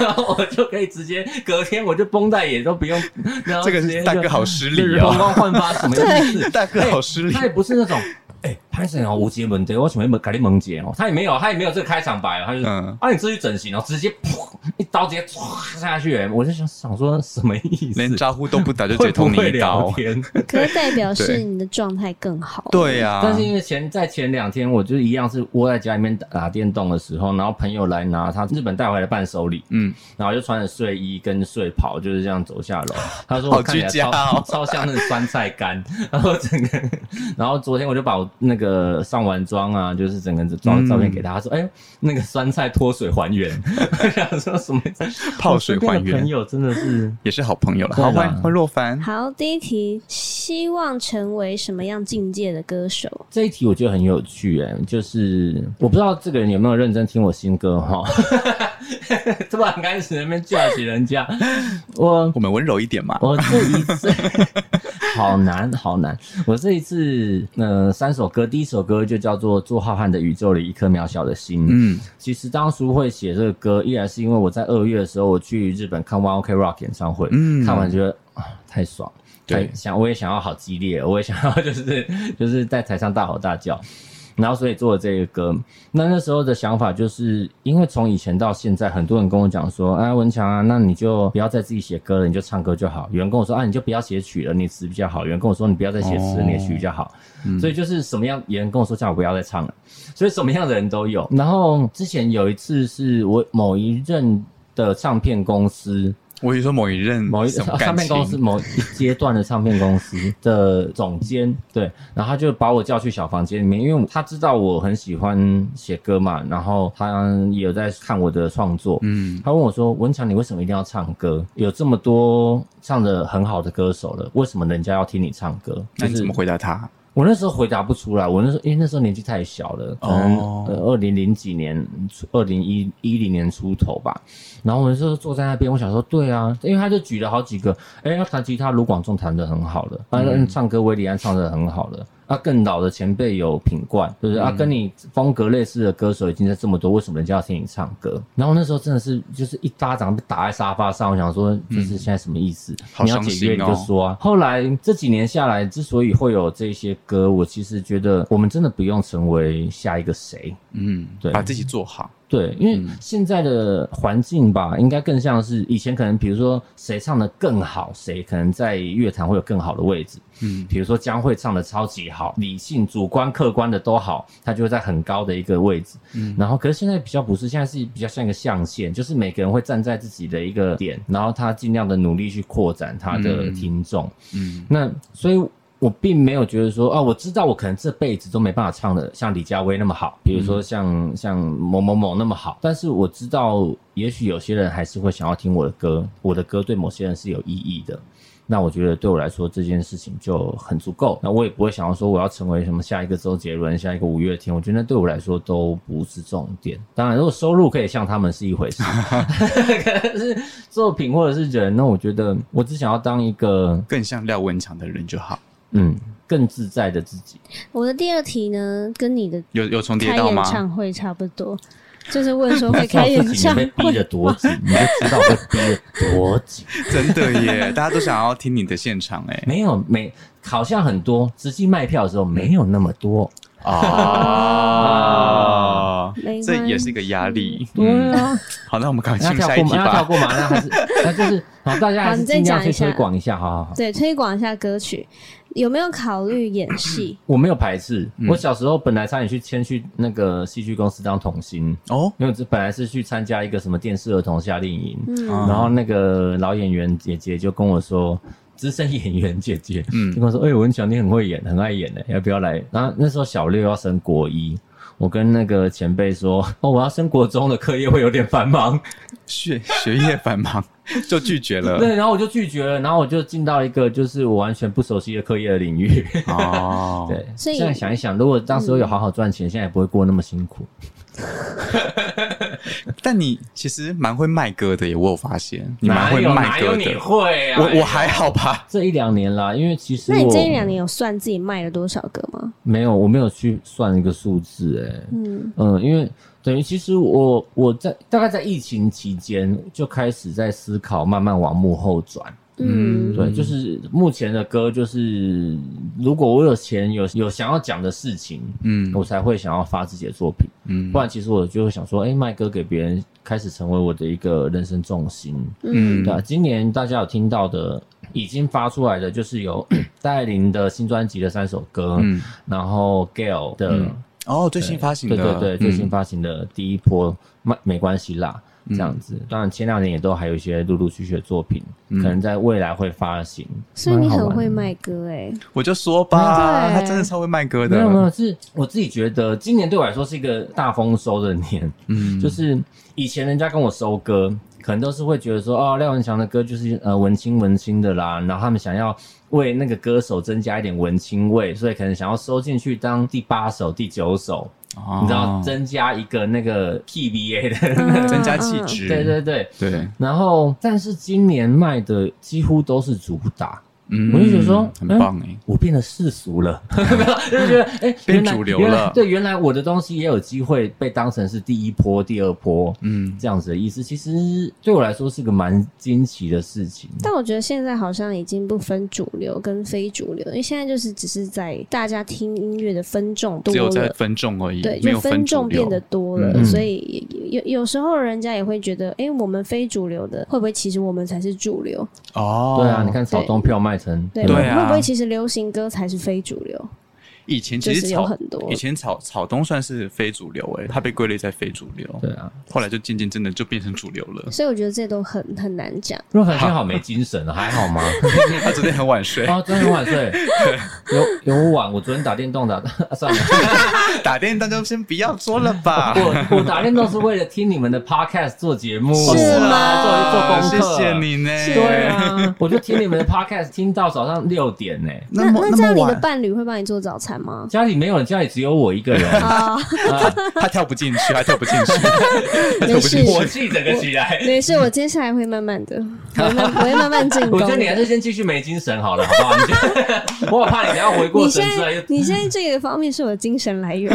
[SPEAKER 1] 然后我就可以直接隔天我就绷带也都不用，然后
[SPEAKER 3] 这个
[SPEAKER 1] 直接
[SPEAKER 3] 大哥
[SPEAKER 1] 就
[SPEAKER 3] 好失礼
[SPEAKER 1] 就容
[SPEAKER 3] 哦，
[SPEAKER 1] 光焕发什么意思？
[SPEAKER 3] 大哥好失
[SPEAKER 1] [laughs]
[SPEAKER 3] 礼
[SPEAKER 1] 他。也不是那种，哎、潘神哦，无节问题，我想要问，改你萌姐哦，他也没有，他也没有这个开场白哦，他就是、
[SPEAKER 3] 嗯
[SPEAKER 1] 啊，你这去整形哦，直接噗一刀直接唰下去，哎我就想想说什么意思？
[SPEAKER 3] 连招呼都不打就直接
[SPEAKER 1] 会不
[SPEAKER 3] 捅你
[SPEAKER 1] 会啊
[SPEAKER 3] 一
[SPEAKER 1] 聊
[SPEAKER 3] 刀，
[SPEAKER 1] 天？
[SPEAKER 2] 可是代表是
[SPEAKER 3] 对
[SPEAKER 2] 你的状态更好。
[SPEAKER 3] 对啊呀、
[SPEAKER 1] 但是因为前在前两天，我就一样是窝在家里面打打电动的时候，然后朋友来拿他日本带回来的伴手礼，
[SPEAKER 3] 嗯，
[SPEAKER 1] 然后就穿着睡衣跟睡袍，就是这样走下
[SPEAKER 3] [laughs]
[SPEAKER 1] 楼。他说
[SPEAKER 3] 好
[SPEAKER 1] 我看起来
[SPEAKER 3] 居家
[SPEAKER 1] 超、
[SPEAKER 3] 哦
[SPEAKER 1] 超 [laughs] 像那个酸菜干， [laughs] 然后整个，然后昨天我就把我那个上完妆啊，就是整个照
[SPEAKER 3] 嗯
[SPEAKER 1] 照片给他，他说哎、那个酸菜脱水还原， [laughs] 我想说什么意思
[SPEAKER 3] 泡水还原
[SPEAKER 1] 我身边的朋友真的是
[SPEAKER 3] 也是好朋友了。
[SPEAKER 1] 对啊
[SPEAKER 3] 好，
[SPEAKER 1] 啦
[SPEAKER 3] 换换若凡，
[SPEAKER 2] 好，第一题，希望成为什么样境界的歌手？
[SPEAKER 1] 这一题我觉得很有趣哎、就是我不知道这个人有没有认真听我新歌哈， [laughs] 突然开始在那边叫起人家，我
[SPEAKER 3] 我们温柔一点嘛。
[SPEAKER 1] 我这一次 [laughs] 好难好难，我这一次呃三首歌，第一首歌就叫做《做浩瀚的宇宙里一颗渺小的心》。
[SPEAKER 3] 嗯，
[SPEAKER 1] 其实当初会写这个歌，依然是因为我在二月的时候，我去日本看 One Ok Rock 演唱会，
[SPEAKER 3] 嗯
[SPEAKER 1] 看完觉得啊太爽，
[SPEAKER 3] 对
[SPEAKER 1] 太想我也想要好激烈，我也想要就是就是在台上大吼大叫。然后，所以做了这个歌。那那时候的想法，就是因为从以前到现在，很多人跟我讲说：“哎，文强啊，那你就不要再自己写歌了，你就唱歌就好。”有人跟我说：“啊，你就不要写曲了，你词比较好。”有人跟我说：“你不要再写词，
[SPEAKER 3] 哦
[SPEAKER 1] 你的曲比较好。所以就是什么样，有人跟我说：“叫我不要再唱了。”所以什么样的人都有。然后之前有一次是我某一任的唱片公司，
[SPEAKER 3] 我以为说 [laughs] 某一任
[SPEAKER 1] 某一
[SPEAKER 3] 什么
[SPEAKER 1] 唱
[SPEAKER 3] 感
[SPEAKER 1] 片
[SPEAKER 3] 情，
[SPEAKER 1] 公司某一阶段的唱片公司的总
[SPEAKER 3] [laughs]
[SPEAKER 1] 监，对，然后他就把我叫去小房间里面，因为他知道我很喜欢写歌嘛，然后他也有在看我的创作，
[SPEAKER 3] 嗯，
[SPEAKER 1] 他问我说：“文强，你为什么一定要唱歌？有这么多唱的很好的歌手了，为什么人家要听你唱歌？”
[SPEAKER 3] 那
[SPEAKER 1] 就
[SPEAKER 3] 你
[SPEAKER 1] 是
[SPEAKER 3] 怎么回答他？
[SPEAKER 1] 我那时候回答不出来，我那时候因为那时候年纪太小了，可能
[SPEAKER 3] 哦
[SPEAKER 1] 二零零几年，二零一一零年出头吧。然后我那时候坐在那边，我想说，对啊，因为他就举了好几个，哎、他弹吉他卢广仲弹的很好了，啊，
[SPEAKER 3] 嗯
[SPEAKER 1] 唱歌韦礼安唱的很好了。啊，更老的前辈有品冠，就是
[SPEAKER 3] 嗯
[SPEAKER 1] 啊，跟你风格类似的歌手已经在这么多，为什么人家要听你唱歌？然后那时候真的是就是一巴掌被打在沙发上，我想说，就是现在什么意思？
[SPEAKER 3] 嗯好
[SPEAKER 1] 你要
[SPEAKER 3] 伤
[SPEAKER 1] 解约
[SPEAKER 3] 心
[SPEAKER 1] 你
[SPEAKER 3] 哦
[SPEAKER 1] 就说啊。后来这几年下来，之所以会有这些歌，我其实觉得我们真的不用成为下一个谁。
[SPEAKER 3] 嗯，
[SPEAKER 1] 对
[SPEAKER 3] 把自己做好。
[SPEAKER 1] 对，因为
[SPEAKER 3] 嗯
[SPEAKER 1] 现在的环境吧，应该更像是以前可能，比如说谁唱的更好，谁可能在乐坛会有更好的位置。
[SPEAKER 3] 嗯，
[SPEAKER 1] 比如说江蕙唱的超级好，理性、主观、客观的都好，他就会在很高的一个位置。
[SPEAKER 3] 嗯
[SPEAKER 1] 然后可是现在比较不是，现在是比较像一个象限，就是每个人会站在自己的一个点，然后他尽量的努力去扩展他的
[SPEAKER 3] 嗯
[SPEAKER 1] 听众。
[SPEAKER 3] 嗯，
[SPEAKER 1] 那所以。我并没有觉得说啊，我知道我可能这辈子都没办法唱的像李佳薇那么好，比如说像、像某某某那么好，但是我知道，也许有些人还是会想要听我的歌，我的歌对某些人是有意义的。那我觉得对我来说这件事情就很足够，那我也不会想要说我要成为什么下一个周杰伦、下一个五月天，我觉得那对我来说都不是重点。当然，如果收入可以像他们是一回事， [laughs] 可是作品或者是人，那我觉得我只想要当一个
[SPEAKER 3] 更像廖文强的人就好。
[SPEAKER 1] 嗯，更自在的自己。
[SPEAKER 2] 我的第二题呢，跟你的
[SPEAKER 3] 有有重叠
[SPEAKER 2] 开
[SPEAKER 3] 到吗
[SPEAKER 2] 演？唱会差不多，就是问说
[SPEAKER 3] [laughs]
[SPEAKER 2] 会开演
[SPEAKER 1] 你
[SPEAKER 2] 唱
[SPEAKER 1] 被逼
[SPEAKER 2] 会
[SPEAKER 1] 得多紧，你就知道被逼得多紧。
[SPEAKER 3] 真的耶，大家都想要听你的现场哎。
[SPEAKER 1] 没有，没好像很多，实际卖票的时候没有那么多。
[SPEAKER 3] 哦，
[SPEAKER 2] 没关
[SPEAKER 3] 这也是一个压力。
[SPEAKER 1] 对
[SPEAKER 3] 嗯，
[SPEAKER 1] 啊，
[SPEAKER 3] 好，那我们赶快
[SPEAKER 1] 要
[SPEAKER 3] 进入
[SPEAKER 1] 跳
[SPEAKER 3] 下一
[SPEAKER 1] 过
[SPEAKER 3] 题
[SPEAKER 1] 马，要跳
[SPEAKER 3] 吧。
[SPEAKER 1] 过马，那还 [laughs] 是那就是好，大家还
[SPEAKER 2] 好
[SPEAKER 1] 是
[SPEAKER 2] 你再
[SPEAKER 1] 尽量
[SPEAKER 2] 讲一
[SPEAKER 1] 去
[SPEAKER 2] 下
[SPEAKER 1] 推广一下，好好好。
[SPEAKER 2] 对推广一下歌曲，有没有考虑演戏？
[SPEAKER 1] 我没有排斥，我小时候本来差点去签去那个戏剧公司当童星，
[SPEAKER 3] 哦，
[SPEAKER 1] 因为这本来是去参加一个什么电视儿童夏令营，
[SPEAKER 3] 嗯
[SPEAKER 2] 嗯，
[SPEAKER 1] 然后那个老演员姐姐就跟我说，资深演员姐姐，
[SPEAKER 3] 嗯
[SPEAKER 1] 嗯，就跟我说，哎、文强你很会演，很爱演的，要不要来？然后那时候小六要升国一。我跟那个前辈说，哦，我要升国中了，课业会有点繁忙，
[SPEAKER 3] 学学业繁忙就拒绝了。
[SPEAKER 1] 对，然后我就拒绝了，然后我就进到一个就是我完全不熟悉的课业的领域，
[SPEAKER 3] 哦，
[SPEAKER 1] 对，
[SPEAKER 2] 所以
[SPEAKER 1] 现在想一想，如果当时候有好好赚钱，现在也不会过那么辛苦。
[SPEAKER 3] 但你其实蛮会卖歌的耶，我有发现，你蛮
[SPEAKER 1] 哪
[SPEAKER 3] 会
[SPEAKER 1] 有
[SPEAKER 3] 卖
[SPEAKER 1] 哪有
[SPEAKER 3] 歌
[SPEAKER 1] 你
[SPEAKER 3] 的。
[SPEAKER 1] 会啊？
[SPEAKER 3] 我我还好吧，
[SPEAKER 1] 这一两年啦，因为其实
[SPEAKER 2] 那你
[SPEAKER 1] 我
[SPEAKER 2] 这一两年有算自己卖了多少个吗？
[SPEAKER 1] 没有，我没有去算一个数字、欸，
[SPEAKER 2] 嗯，
[SPEAKER 1] 嗯，因为等于其实我我在大概在疫情期间就开始在思考，慢慢往幕后转。
[SPEAKER 2] 嗯，
[SPEAKER 1] 对，就是目前的歌，就是如果我有钱有有想要讲的事情，
[SPEAKER 3] 嗯
[SPEAKER 1] 我才会想要发自己的作品。
[SPEAKER 3] 嗯
[SPEAKER 1] 不然其实我就会想说，哎、卖歌给别人，开始成为我的一个人生重心。
[SPEAKER 3] 嗯
[SPEAKER 1] 对、啊，今年大家有听到的，已经发出来的就是有 [coughs] 戴爱玲的新专辑的三首歌，
[SPEAKER 3] 嗯，
[SPEAKER 1] 然后 Gail 的、
[SPEAKER 3] 嗯哦，最新发行的，
[SPEAKER 1] 对对对，最新
[SPEAKER 3] 嗯
[SPEAKER 1] 发行的第一波，没没关系啦，这样子。当然前两年也都还有一些陆陆续续的作品，
[SPEAKER 3] 嗯
[SPEAKER 1] 可能在未来会发行。
[SPEAKER 2] 所以你很会
[SPEAKER 1] 卖。
[SPEAKER 2] 卖歌哎、
[SPEAKER 3] 我就说吧，
[SPEAKER 2] 对
[SPEAKER 3] 他真的超会卖歌
[SPEAKER 1] 没有没
[SPEAKER 3] 的，
[SPEAKER 1] 有，是我自己觉得今年对我来说是一个大丰收的年。
[SPEAKER 3] 嗯，
[SPEAKER 1] 就是以前人家跟我收歌，可能都是会觉得说，哦，廖文强的歌就是呃文青文青的啦，然后他们想要为那个歌手增加一点文青味，所以可能想要收进去当第八首、第九首，
[SPEAKER 3] 哦
[SPEAKER 1] 你知道，增加一个那个 PVA 的，
[SPEAKER 2] 嗯
[SPEAKER 3] [laughs] 增加气
[SPEAKER 2] 嗯
[SPEAKER 1] [laughs]
[SPEAKER 3] 质，
[SPEAKER 1] 对对对。
[SPEAKER 3] 对，
[SPEAKER 1] 然后，但是今年卖的几乎都是主打，
[SPEAKER 3] 嗯
[SPEAKER 1] 我就觉得说
[SPEAKER 3] 很
[SPEAKER 1] 嗯
[SPEAKER 3] 棒哎，
[SPEAKER 1] 我变得世俗了， [laughs] 就是觉得哎、
[SPEAKER 3] 变
[SPEAKER 1] 原来
[SPEAKER 3] 主流
[SPEAKER 1] 原来
[SPEAKER 3] 了
[SPEAKER 1] 对，原来我的东西也有机会被当成是第一波、第二波，
[SPEAKER 3] 嗯，
[SPEAKER 1] 这样子的意思。其实对我来说是个蛮惊奇的事情。
[SPEAKER 2] 嗯但我觉得现在好像已经不分主流跟非主流，因为现在就是只是在大家听音乐的分众多
[SPEAKER 3] 只有在
[SPEAKER 2] 了。
[SPEAKER 3] 分众而已，
[SPEAKER 2] 对，
[SPEAKER 3] 没
[SPEAKER 2] 就
[SPEAKER 3] 有
[SPEAKER 2] 分
[SPEAKER 3] 主
[SPEAKER 2] 众变
[SPEAKER 3] 流
[SPEAKER 2] 得多了，
[SPEAKER 1] 嗯
[SPEAKER 2] 所以有有有时候人家也会觉得，哎、我们非主流的会不会其实我们才是主流？
[SPEAKER 3] 哦，
[SPEAKER 1] 对啊，
[SPEAKER 2] 嗯
[SPEAKER 1] 你看草东票卖成
[SPEAKER 2] 对，
[SPEAKER 3] 对啊
[SPEAKER 2] 会不会其实流行歌才是非主流？
[SPEAKER 3] 以前
[SPEAKER 2] 就
[SPEAKER 3] 其
[SPEAKER 2] 是
[SPEAKER 3] 实
[SPEAKER 2] 有
[SPEAKER 3] 草
[SPEAKER 2] 很多
[SPEAKER 3] 以，前草草东算是非主流哎，他被归类在非主流，
[SPEAKER 1] 对啊，
[SPEAKER 3] 后来就渐渐真的就变成主流了。 [laughs]
[SPEAKER 2] 所以我觉得这都很很难讲。
[SPEAKER 1] 若凡幸好没精神了，啊还好
[SPEAKER 3] [laughs]
[SPEAKER 1] 吗？
[SPEAKER 3] 他昨天很晚睡，
[SPEAKER 1] 哦，昨天很晚睡，有有晚。我昨天打电动打， [laughs] 算
[SPEAKER 3] [laughs]
[SPEAKER 1] 了，
[SPEAKER 3] [laughs] 打电动就先不要说了
[SPEAKER 1] [laughs]
[SPEAKER 3] 吧。
[SPEAKER 1] 我我打电动是为了听你们的 podcast 做节目，
[SPEAKER 2] 是吗
[SPEAKER 1] 哇做做功课，
[SPEAKER 3] 啊谢谢。你呢。
[SPEAKER 1] 对啊，我就听你们的 podcast 听到早上六点呢、
[SPEAKER 2] 那
[SPEAKER 3] 么
[SPEAKER 2] 这样
[SPEAKER 3] 么
[SPEAKER 2] 你的
[SPEAKER 3] 晚，
[SPEAKER 2] 伴侣会帮你做早餐
[SPEAKER 3] [laughs]
[SPEAKER 2] 吗？
[SPEAKER 1] 家里没有人，家里只有我一个人，
[SPEAKER 2] 啊，
[SPEAKER 3] 他跳不进去，他跳
[SPEAKER 2] [laughs]
[SPEAKER 3] 不进去，他跳
[SPEAKER 2] 没
[SPEAKER 3] 不进
[SPEAKER 2] 事
[SPEAKER 3] 去。
[SPEAKER 1] 火气整个起来。
[SPEAKER 2] 没事，我接下来会慢慢的，我会慢我会慢慢进
[SPEAKER 1] 我
[SPEAKER 2] 攻
[SPEAKER 1] 觉得你还
[SPEAKER 2] 的。
[SPEAKER 1] 是先继续没精神好了，好不好？你就我好怕你等一下回过
[SPEAKER 2] 你
[SPEAKER 1] 神
[SPEAKER 2] 现
[SPEAKER 1] 之后又
[SPEAKER 2] 在你现在这个方面是我的精神来源，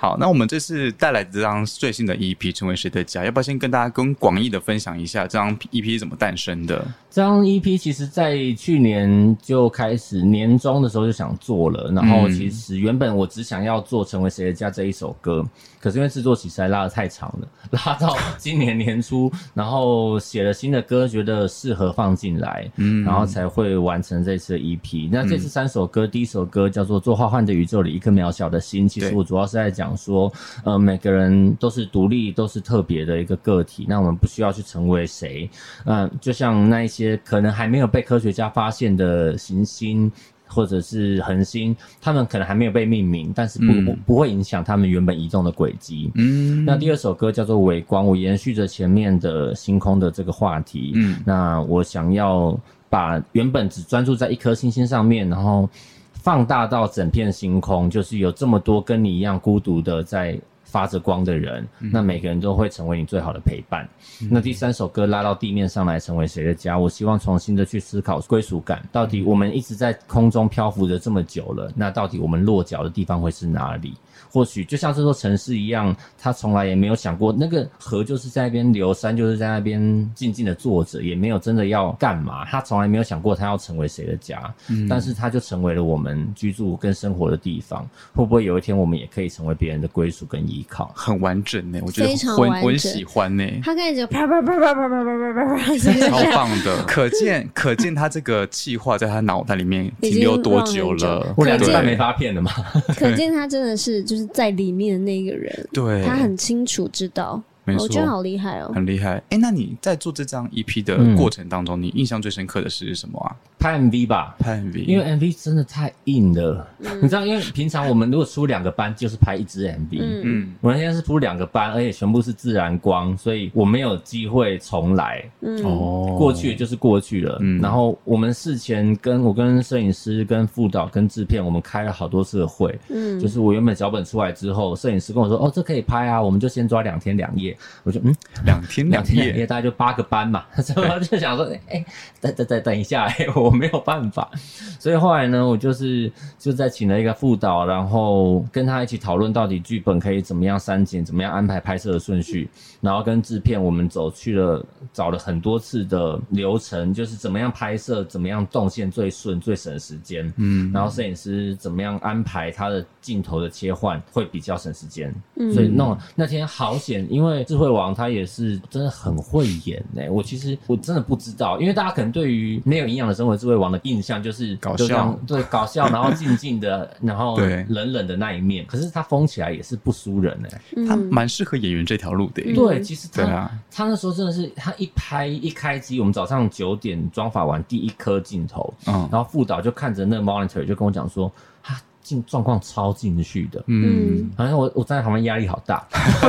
[SPEAKER 3] 好，那我们这次带来的这张最新的 EP《成为谁的家》，要不要先跟大家跟广义的分享一下这张 EP 是怎么诞生的？
[SPEAKER 1] 这张 EP 其实，在去年就开始年终的时候就想做了，然后
[SPEAKER 3] 嗯
[SPEAKER 1] 其实原本我只想要做《成为谁的家》这一首歌，可是因为制作期实在拉的太长了，拉到今年年初，然后写了新的歌，觉得适合放进来，
[SPEAKER 3] 嗯
[SPEAKER 1] 然后才会完成这次的 EP。那这次三首歌，第一首歌叫做《做画幻的宇宙里一颗渺小的心》，其实
[SPEAKER 3] 对
[SPEAKER 1] 我主要是在讲说，呃，每个人都是独立，都是特别的一个个体，那我们不需要去成为谁，嗯，就像那一些可能还没有被科学家发现的行星。或者是恒星，它们可能还没有被命名，但是不、
[SPEAKER 3] 嗯
[SPEAKER 1] 不不会影响它们原本移动的轨迹。
[SPEAKER 3] 嗯
[SPEAKER 1] 那第二首歌叫做《微光》，我延续着前面的星空的这个话题。
[SPEAKER 3] 嗯
[SPEAKER 1] 那我想要把原本只专注在一颗星星上面，然后放大到整片星空，就是有这么多跟你一样孤独的在。发着光的人，
[SPEAKER 3] 嗯
[SPEAKER 1] 那每个人都会成为你最好的陪伴。那第三首歌拉到地面上来，成为谁的家？我希望重新的去思考归属感，到底我们一直在空中漂浮着这么久了，那到底我们落脚的地方会是哪里？或许就像这座城市一样，他从来也没有想过，那个河就是在那边流，山就是在那边静静的坐着，也没有真的要干嘛。他从来没有想过他要成为谁的家，但是他就成为了我们居住跟生活的地方。会不会有一天我们也可以成为别人的归属跟依靠？
[SPEAKER 3] 很完整呢、我觉得
[SPEAKER 2] 非常
[SPEAKER 3] 我
[SPEAKER 2] 完
[SPEAKER 3] 很我很
[SPEAKER 2] 整
[SPEAKER 3] 喜欢呢、
[SPEAKER 2] 他开始就啪啪啪啪啪啪啪啪啪啪，是不是
[SPEAKER 3] 超棒的， [laughs] 可见可见他这个气话在他脑袋里面
[SPEAKER 2] 已
[SPEAKER 3] 停留
[SPEAKER 2] 经
[SPEAKER 3] 多
[SPEAKER 2] 让
[SPEAKER 3] 久
[SPEAKER 2] 很久
[SPEAKER 3] 了
[SPEAKER 2] 了？
[SPEAKER 1] 我两个
[SPEAKER 2] 可
[SPEAKER 1] 礼
[SPEAKER 2] 见
[SPEAKER 1] 拜没发片了嘛，
[SPEAKER 2] 可见他真的是就是在里面的那个人，
[SPEAKER 3] 对，
[SPEAKER 2] 他很清楚知道
[SPEAKER 3] 没
[SPEAKER 2] 我觉得
[SPEAKER 3] 错，
[SPEAKER 2] 好厉害哦。
[SPEAKER 3] 很厉害。哎，那你在做这张 EP 的过程当中，你印象最深刻的是什么啊？
[SPEAKER 1] 拍 MV 吧，
[SPEAKER 3] 拍 MV，
[SPEAKER 1] 因为 MV 真的太硬了。
[SPEAKER 2] 嗯
[SPEAKER 1] 你知道，因为平常我们如果出两个班，就是拍一支 MV。
[SPEAKER 2] 嗯，
[SPEAKER 3] 嗯，
[SPEAKER 1] 我那天是出两个班，而且全部是自然光，所以我没有机会重来。
[SPEAKER 2] 嗯，
[SPEAKER 3] 哦
[SPEAKER 1] 过去就是过去了。
[SPEAKER 3] 嗯
[SPEAKER 1] 然后我们事前跟我跟摄影师、跟副导、跟制片，我们开了好多次的会。
[SPEAKER 2] 嗯，
[SPEAKER 1] 就是我原本脚本出来之后，摄影师跟我说：“哦，这可以拍啊，我们就先抓两天两夜。”我就嗯，
[SPEAKER 3] 哦两天
[SPEAKER 1] 两
[SPEAKER 3] 两
[SPEAKER 1] 天两
[SPEAKER 3] 夜
[SPEAKER 1] 夜，大概就八个班嘛， [laughs] 然后就想说，哎、等等等等一下、哎，我没有办法，所以后来呢，我就是就在请了一个副导，然后跟他一起讨论到底剧本可以怎么样删减，怎么样安排拍摄的顺序，然后跟制片我们走去了找了很多次的流程，就是怎么样拍摄，怎么样动线最顺，最省时间，
[SPEAKER 3] 嗯，
[SPEAKER 1] 然后摄影师怎么样安排他的镜头的切换会比较省时间，
[SPEAKER 2] 嗯
[SPEAKER 1] 所以弄了那天好险，因为智慧王他也是真的很会演呢、我其实我真的不知道，因为大家可能对于没有营养的生活智慧王的印象就是
[SPEAKER 3] 搞
[SPEAKER 1] 就这样
[SPEAKER 3] 笑
[SPEAKER 1] 对搞笑，然后静静的，然后
[SPEAKER 3] [laughs] 对
[SPEAKER 1] 冷冷的那一面，可是他疯起来也是不输人哎、
[SPEAKER 3] 他
[SPEAKER 2] 嗯
[SPEAKER 3] 蛮适合演员这条路的耶。
[SPEAKER 1] 对，其实他、
[SPEAKER 3] 对啊，
[SPEAKER 1] 他那时候真的是他一拍一开机，我们早上九点妆发完第一颗镜头，
[SPEAKER 3] 嗯
[SPEAKER 1] 然后副导就看着那个 monitor 就跟我讲说，他进状况超进去的，
[SPEAKER 3] 嗯
[SPEAKER 2] 嗯，
[SPEAKER 1] 好像我我站在旁边压力好
[SPEAKER 3] [laughs]
[SPEAKER 1] 大，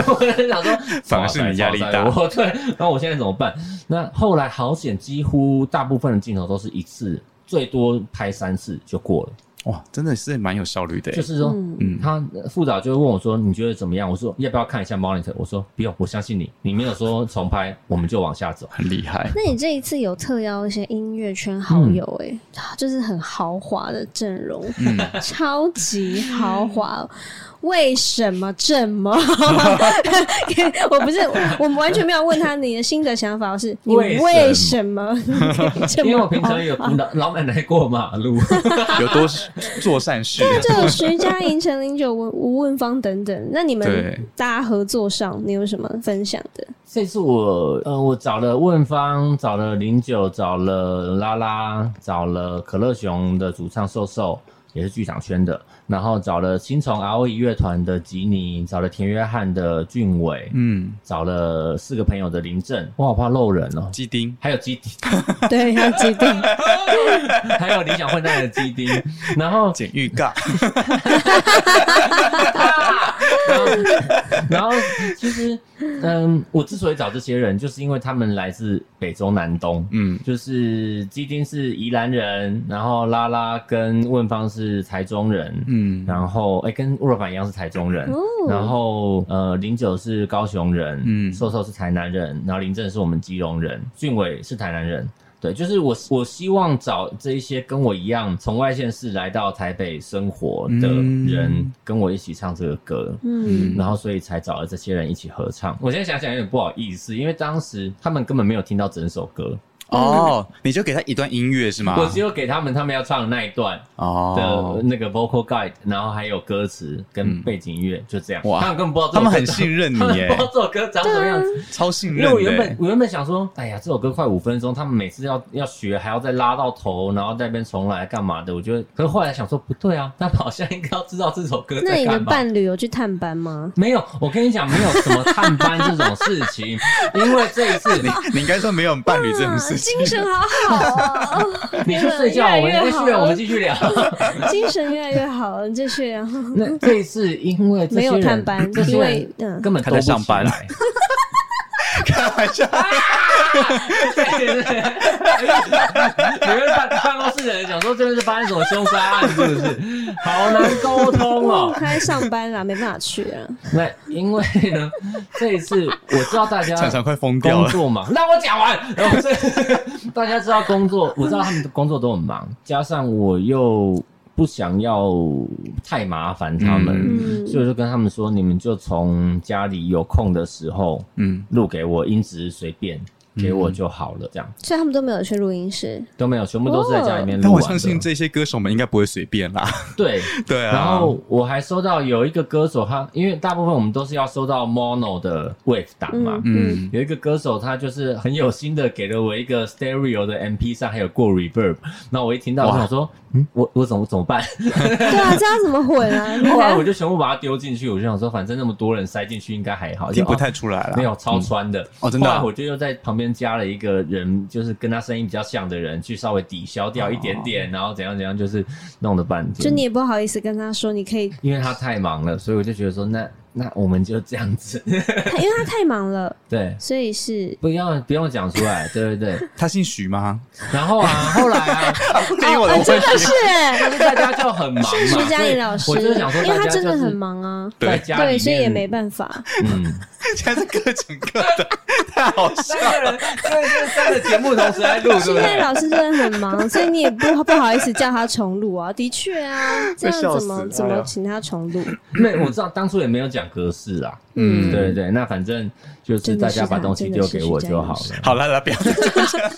[SPEAKER 1] 我在想说，
[SPEAKER 3] 反而是你压力大
[SPEAKER 1] 哇塞我对，然后我现在怎么办？那后来好险，几乎大部分的镜头都是一次，最多拍三次就过了。
[SPEAKER 3] 哇，真的是蛮有效率的耶。
[SPEAKER 1] 就是说，
[SPEAKER 2] 嗯
[SPEAKER 3] 嗯
[SPEAKER 1] 他副导就会问我说：“你觉得怎么样？”我说：“要不要看一下 monitor？” 我说：“不用，我相信你，你没有说重拍，我们就往下走。”
[SPEAKER 3] 很厉害。
[SPEAKER 2] 那你这一次有特邀一些音乐圈好
[SPEAKER 1] 嗯
[SPEAKER 2] 友、欸，哎、就是很豪华的阵容，
[SPEAKER 1] 嗯
[SPEAKER 2] [laughs] 超级豪华。为什么
[SPEAKER 1] [laughs]
[SPEAKER 2] 这么？我不是，我我完全没有问他你的心得想法，我是你
[SPEAKER 1] 为什么
[SPEAKER 2] 为什么 [laughs]
[SPEAKER 1] [laughs]
[SPEAKER 2] 这
[SPEAKER 1] 因为
[SPEAKER 2] 么
[SPEAKER 1] 我平
[SPEAKER 2] 豪
[SPEAKER 1] 常啊有扶 [laughs] 老老奶奶过马 [laughs] 路，
[SPEAKER 3] 有多做善事。啊
[SPEAKER 2] 就有徐佳莹、陈零九、吴吴文芳等等。那你
[SPEAKER 3] 对
[SPEAKER 2] 们大家合作上，你有什么分享的？ [laughs]
[SPEAKER 1] 这次我呃，我找了问方，找了零九，找了拉拉，找了可乐熊的主唱瘦瘦，也是剧场圈的，然后找了青虫 R O E 乐团的吉尼，找了田约翰的俊伟，
[SPEAKER 3] 嗯，
[SPEAKER 1] 找了四个朋友的林正，我好怕漏人哦。
[SPEAKER 3] 鸡丁
[SPEAKER 1] 还有基丁， [laughs]
[SPEAKER 2] 对，要记定。
[SPEAKER 1] 还有理想混蛋的基丁，然后
[SPEAKER 3] 剪预告，
[SPEAKER 1] 然后其实，嗯，我之所以找这些人，就是因为他们来自北中南东，
[SPEAKER 3] 嗯，
[SPEAKER 1] 就是基丁是宜兰人，然后拉拉跟问方是台中人，
[SPEAKER 3] 嗯
[SPEAKER 1] 然后哎、跟吴若凡一样是台中人，
[SPEAKER 2] 哦
[SPEAKER 1] [laughs] 然后呃零九是高雄人，
[SPEAKER 3] 嗯
[SPEAKER 1] 瘦瘦是台南人，然后林正是我们基隆人，俊伟是台南人。对，就是我，我希望找这一些跟我一样从外县市来到台北生活的人
[SPEAKER 3] 嗯，
[SPEAKER 1] 跟我一起唱这个歌。
[SPEAKER 2] 嗯
[SPEAKER 1] 然后所以才找了这些人一起合唱。我现在想想有点不好意思，因为当时他们根本没有听到整首歌，
[SPEAKER 3] 哦，你就给他一段音乐是吗？
[SPEAKER 1] 我只有给他们他们要唱的那一段的
[SPEAKER 3] 啊哦，
[SPEAKER 1] 那个 vocal guide，然后还有歌词跟
[SPEAKER 3] 嗯背
[SPEAKER 1] 背景音乐，就这样。
[SPEAKER 3] 哇
[SPEAKER 1] 他们根本不知道这
[SPEAKER 3] 他
[SPEAKER 1] 首歌
[SPEAKER 3] 们很信任
[SPEAKER 1] [laughs]
[SPEAKER 3] 你
[SPEAKER 1] 他们
[SPEAKER 3] 耶
[SPEAKER 1] 不知，道这首歌长什么样
[SPEAKER 2] 啊
[SPEAKER 1] 子。
[SPEAKER 3] 超信
[SPEAKER 1] 因
[SPEAKER 3] 任
[SPEAKER 1] 为我
[SPEAKER 3] 的
[SPEAKER 1] 原本
[SPEAKER 3] 耶。
[SPEAKER 1] 我原本想说，哎呀，这首歌快五分钟，他们每次要要学，还要再拉到头，然后再那边重来干嘛的？我觉得，可是后来想说，不对啊，他们好像应该要知道这首歌
[SPEAKER 2] 那
[SPEAKER 1] 在
[SPEAKER 2] 你的
[SPEAKER 1] 干嘛。
[SPEAKER 2] 伴侣有去探班吗？
[SPEAKER 1] 没有，我跟你讲，没有什么探班这种事
[SPEAKER 3] [laughs]
[SPEAKER 1] 情，因为这一次你
[SPEAKER 3] 你应该说没有伴侣这种
[SPEAKER 2] 啊
[SPEAKER 3] 事情，
[SPEAKER 2] 精神好好哦， [laughs]
[SPEAKER 1] 你去睡觉，我们
[SPEAKER 2] 越来越
[SPEAKER 1] 继
[SPEAKER 2] 好
[SPEAKER 1] 续，我们继续聊。
[SPEAKER 2] 精神越来越好了，
[SPEAKER 1] [laughs]
[SPEAKER 2] 继续啊。
[SPEAKER 1] 那这一次因为这些
[SPEAKER 2] 没有
[SPEAKER 1] 人
[SPEAKER 2] 探班
[SPEAKER 1] 这些
[SPEAKER 2] 因
[SPEAKER 1] 人
[SPEAKER 2] 为嗯
[SPEAKER 1] 根本
[SPEAKER 3] 他
[SPEAKER 1] 都不
[SPEAKER 3] 在
[SPEAKER 1] 起
[SPEAKER 3] 上
[SPEAKER 1] [laughs]
[SPEAKER 3] 班
[SPEAKER 1] 来
[SPEAKER 3] 开玩笑， [laughs]
[SPEAKER 1] 对对对，你们办办公室的人想说这是发生什么凶杀啊案，是不是？好难沟通
[SPEAKER 2] 我
[SPEAKER 1] 哦。
[SPEAKER 2] 他在上班啦，没办法去啊。
[SPEAKER 1] 那因为呢，这一次我知道大家
[SPEAKER 3] [laughs] 常常快疯掉
[SPEAKER 1] 工
[SPEAKER 3] 了。
[SPEAKER 1] 作忙，让我讲完。然后这 [laughs] 大家知道工作，我知道他们的工作都很忙，加上我又不想要太麻烦他们，
[SPEAKER 2] 嗯
[SPEAKER 1] 所以我就跟他们说，你们就从家里有空的时候
[SPEAKER 3] 嗯，
[SPEAKER 1] 录给我，音质随便。给我就好了，这样
[SPEAKER 2] 所以他们都没有去录音室。
[SPEAKER 1] 都没有，全部都是在家里面录完的。
[SPEAKER 3] 哦但我相信这些歌手们应该不会随便啦。
[SPEAKER 1] 对，
[SPEAKER 3] [laughs] 对啊，
[SPEAKER 1] 然后我还收到有一个歌手他，因为大部分我们都是要收到 mono 的 wave 档嘛，
[SPEAKER 3] 嗯，
[SPEAKER 1] 有一个歌手他就是很有心的给了我一个 stereo 的 MP 三，还有过 reverb，那我一听到我
[SPEAKER 3] 哇
[SPEAKER 1] 想说，嗯，我我怎么怎么
[SPEAKER 3] [laughs]
[SPEAKER 1] 办？
[SPEAKER 2] 对啊，这样怎么
[SPEAKER 1] [laughs]
[SPEAKER 2] 混啊？你
[SPEAKER 1] 后
[SPEAKER 2] 还
[SPEAKER 1] 来
[SPEAKER 2] 要
[SPEAKER 1] 我就全部把它丢进去，我就想说，反正那么多人塞进去应该还好，
[SPEAKER 3] 听
[SPEAKER 1] 就
[SPEAKER 3] 不
[SPEAKER 1] 哦
[SPEAKER 3] 太出来
[SPEAKER 1] 没
[SPEAKER 3] 了。
[SPEAKER 1] 有超穿的、
[SPEAKER 3] 哦真的
[SPEAKER 1] 后
[SPEAKER 3] 啊
[SPEAKER 1] 来我就又在旁边加了一个人，就是跟他声音比较像的人，去稍微抵消掉一点
[SPEAKER 3] 哦
[SPEAKER 1] 点，然后怎样怎样，就是弄了半天。
[SPEAKER 2] 就你也不好意思跟他说，你可以，
[SPEAKER 1] 因为他太忙了，所以我就觉得说，那那我们就这样子， [laughs]
[SPEAKER 2] 他因为他太忙了，
[SPEAKER 1] 对，
[SPEAKER 2] 所以是
[SPEAKER 1] 不要不用讲出来，对对对。
[SPEAKER 3] 他姓许吗？
[SPEAKER 1] 然后啊，后来啊，
[SPEAKER 3] 给我的问
[SPEAKER 2] 哦真的
[SPEAKER 3] 题，
[SPEAKER 2] 是哎
[SPEAKER 1] [laughs] 就是大家就很忙嘛，
[SPEAKER 2] 徐佳
[SPEAKER 1] 所以
[SPEAKER 2] 莹老师，
[SPEAKER 1] 我就想说，
[SPEAKER 2] 因为
[SPEAKER 1] 大
[SPEAKER 2] 他
[SPEAKER 1] 家
[SPEAKER 2] 真的
[SPEAKER 1] 就是
[SPEAKER 2] 很忙啊，
[SPEAKER 1] 在
[SPEAKER 3] 对
[SPEAKER 1] 家里
[SPEAKER 2] 对，
[SPEAKER 1] 面
[SPEAKER 2] 所以也没办法。
[SPEAKER 1] 嗯。
[SPEAKER 3] 现在是各讲
[SPEAKER 1] [laughs]
[SPEAKER 3] 各的，太好笑
[SPEAKER 1] 三个人，对，就是三个节目同时
[SPEAKER 2] [laughs]
[SPEAKER 1] 在录，对
[SPEAKER 2] 现
[SPEAKER 1] 不
[SPEAKER 2] 在
[SPEAKER 1] 对？
[SPEAKER 2] 老师真的很忙，所以你也不不好意思叫他重录啊。的确
[SPEAKER 1] [laughs]
[SPEAKER 2] 啊，这样
[SPEAKER 3] 笑
[SPEAKER 2] 怎么
[SPEAKER 3] 死
[SPEAKER 2] 怎
[SPEAKER 3] 哎
[SPEAKER 2] 么
[SPEAKER 3] 呀
[SPEAKER 2] 请他重录？
[SPEAKER 1] 那我知道当初也没有讲格式啦，嗯，对对，那反正就是大家把东西丢给我就好了。
[SPEAKER 3] 好了，来不要再讲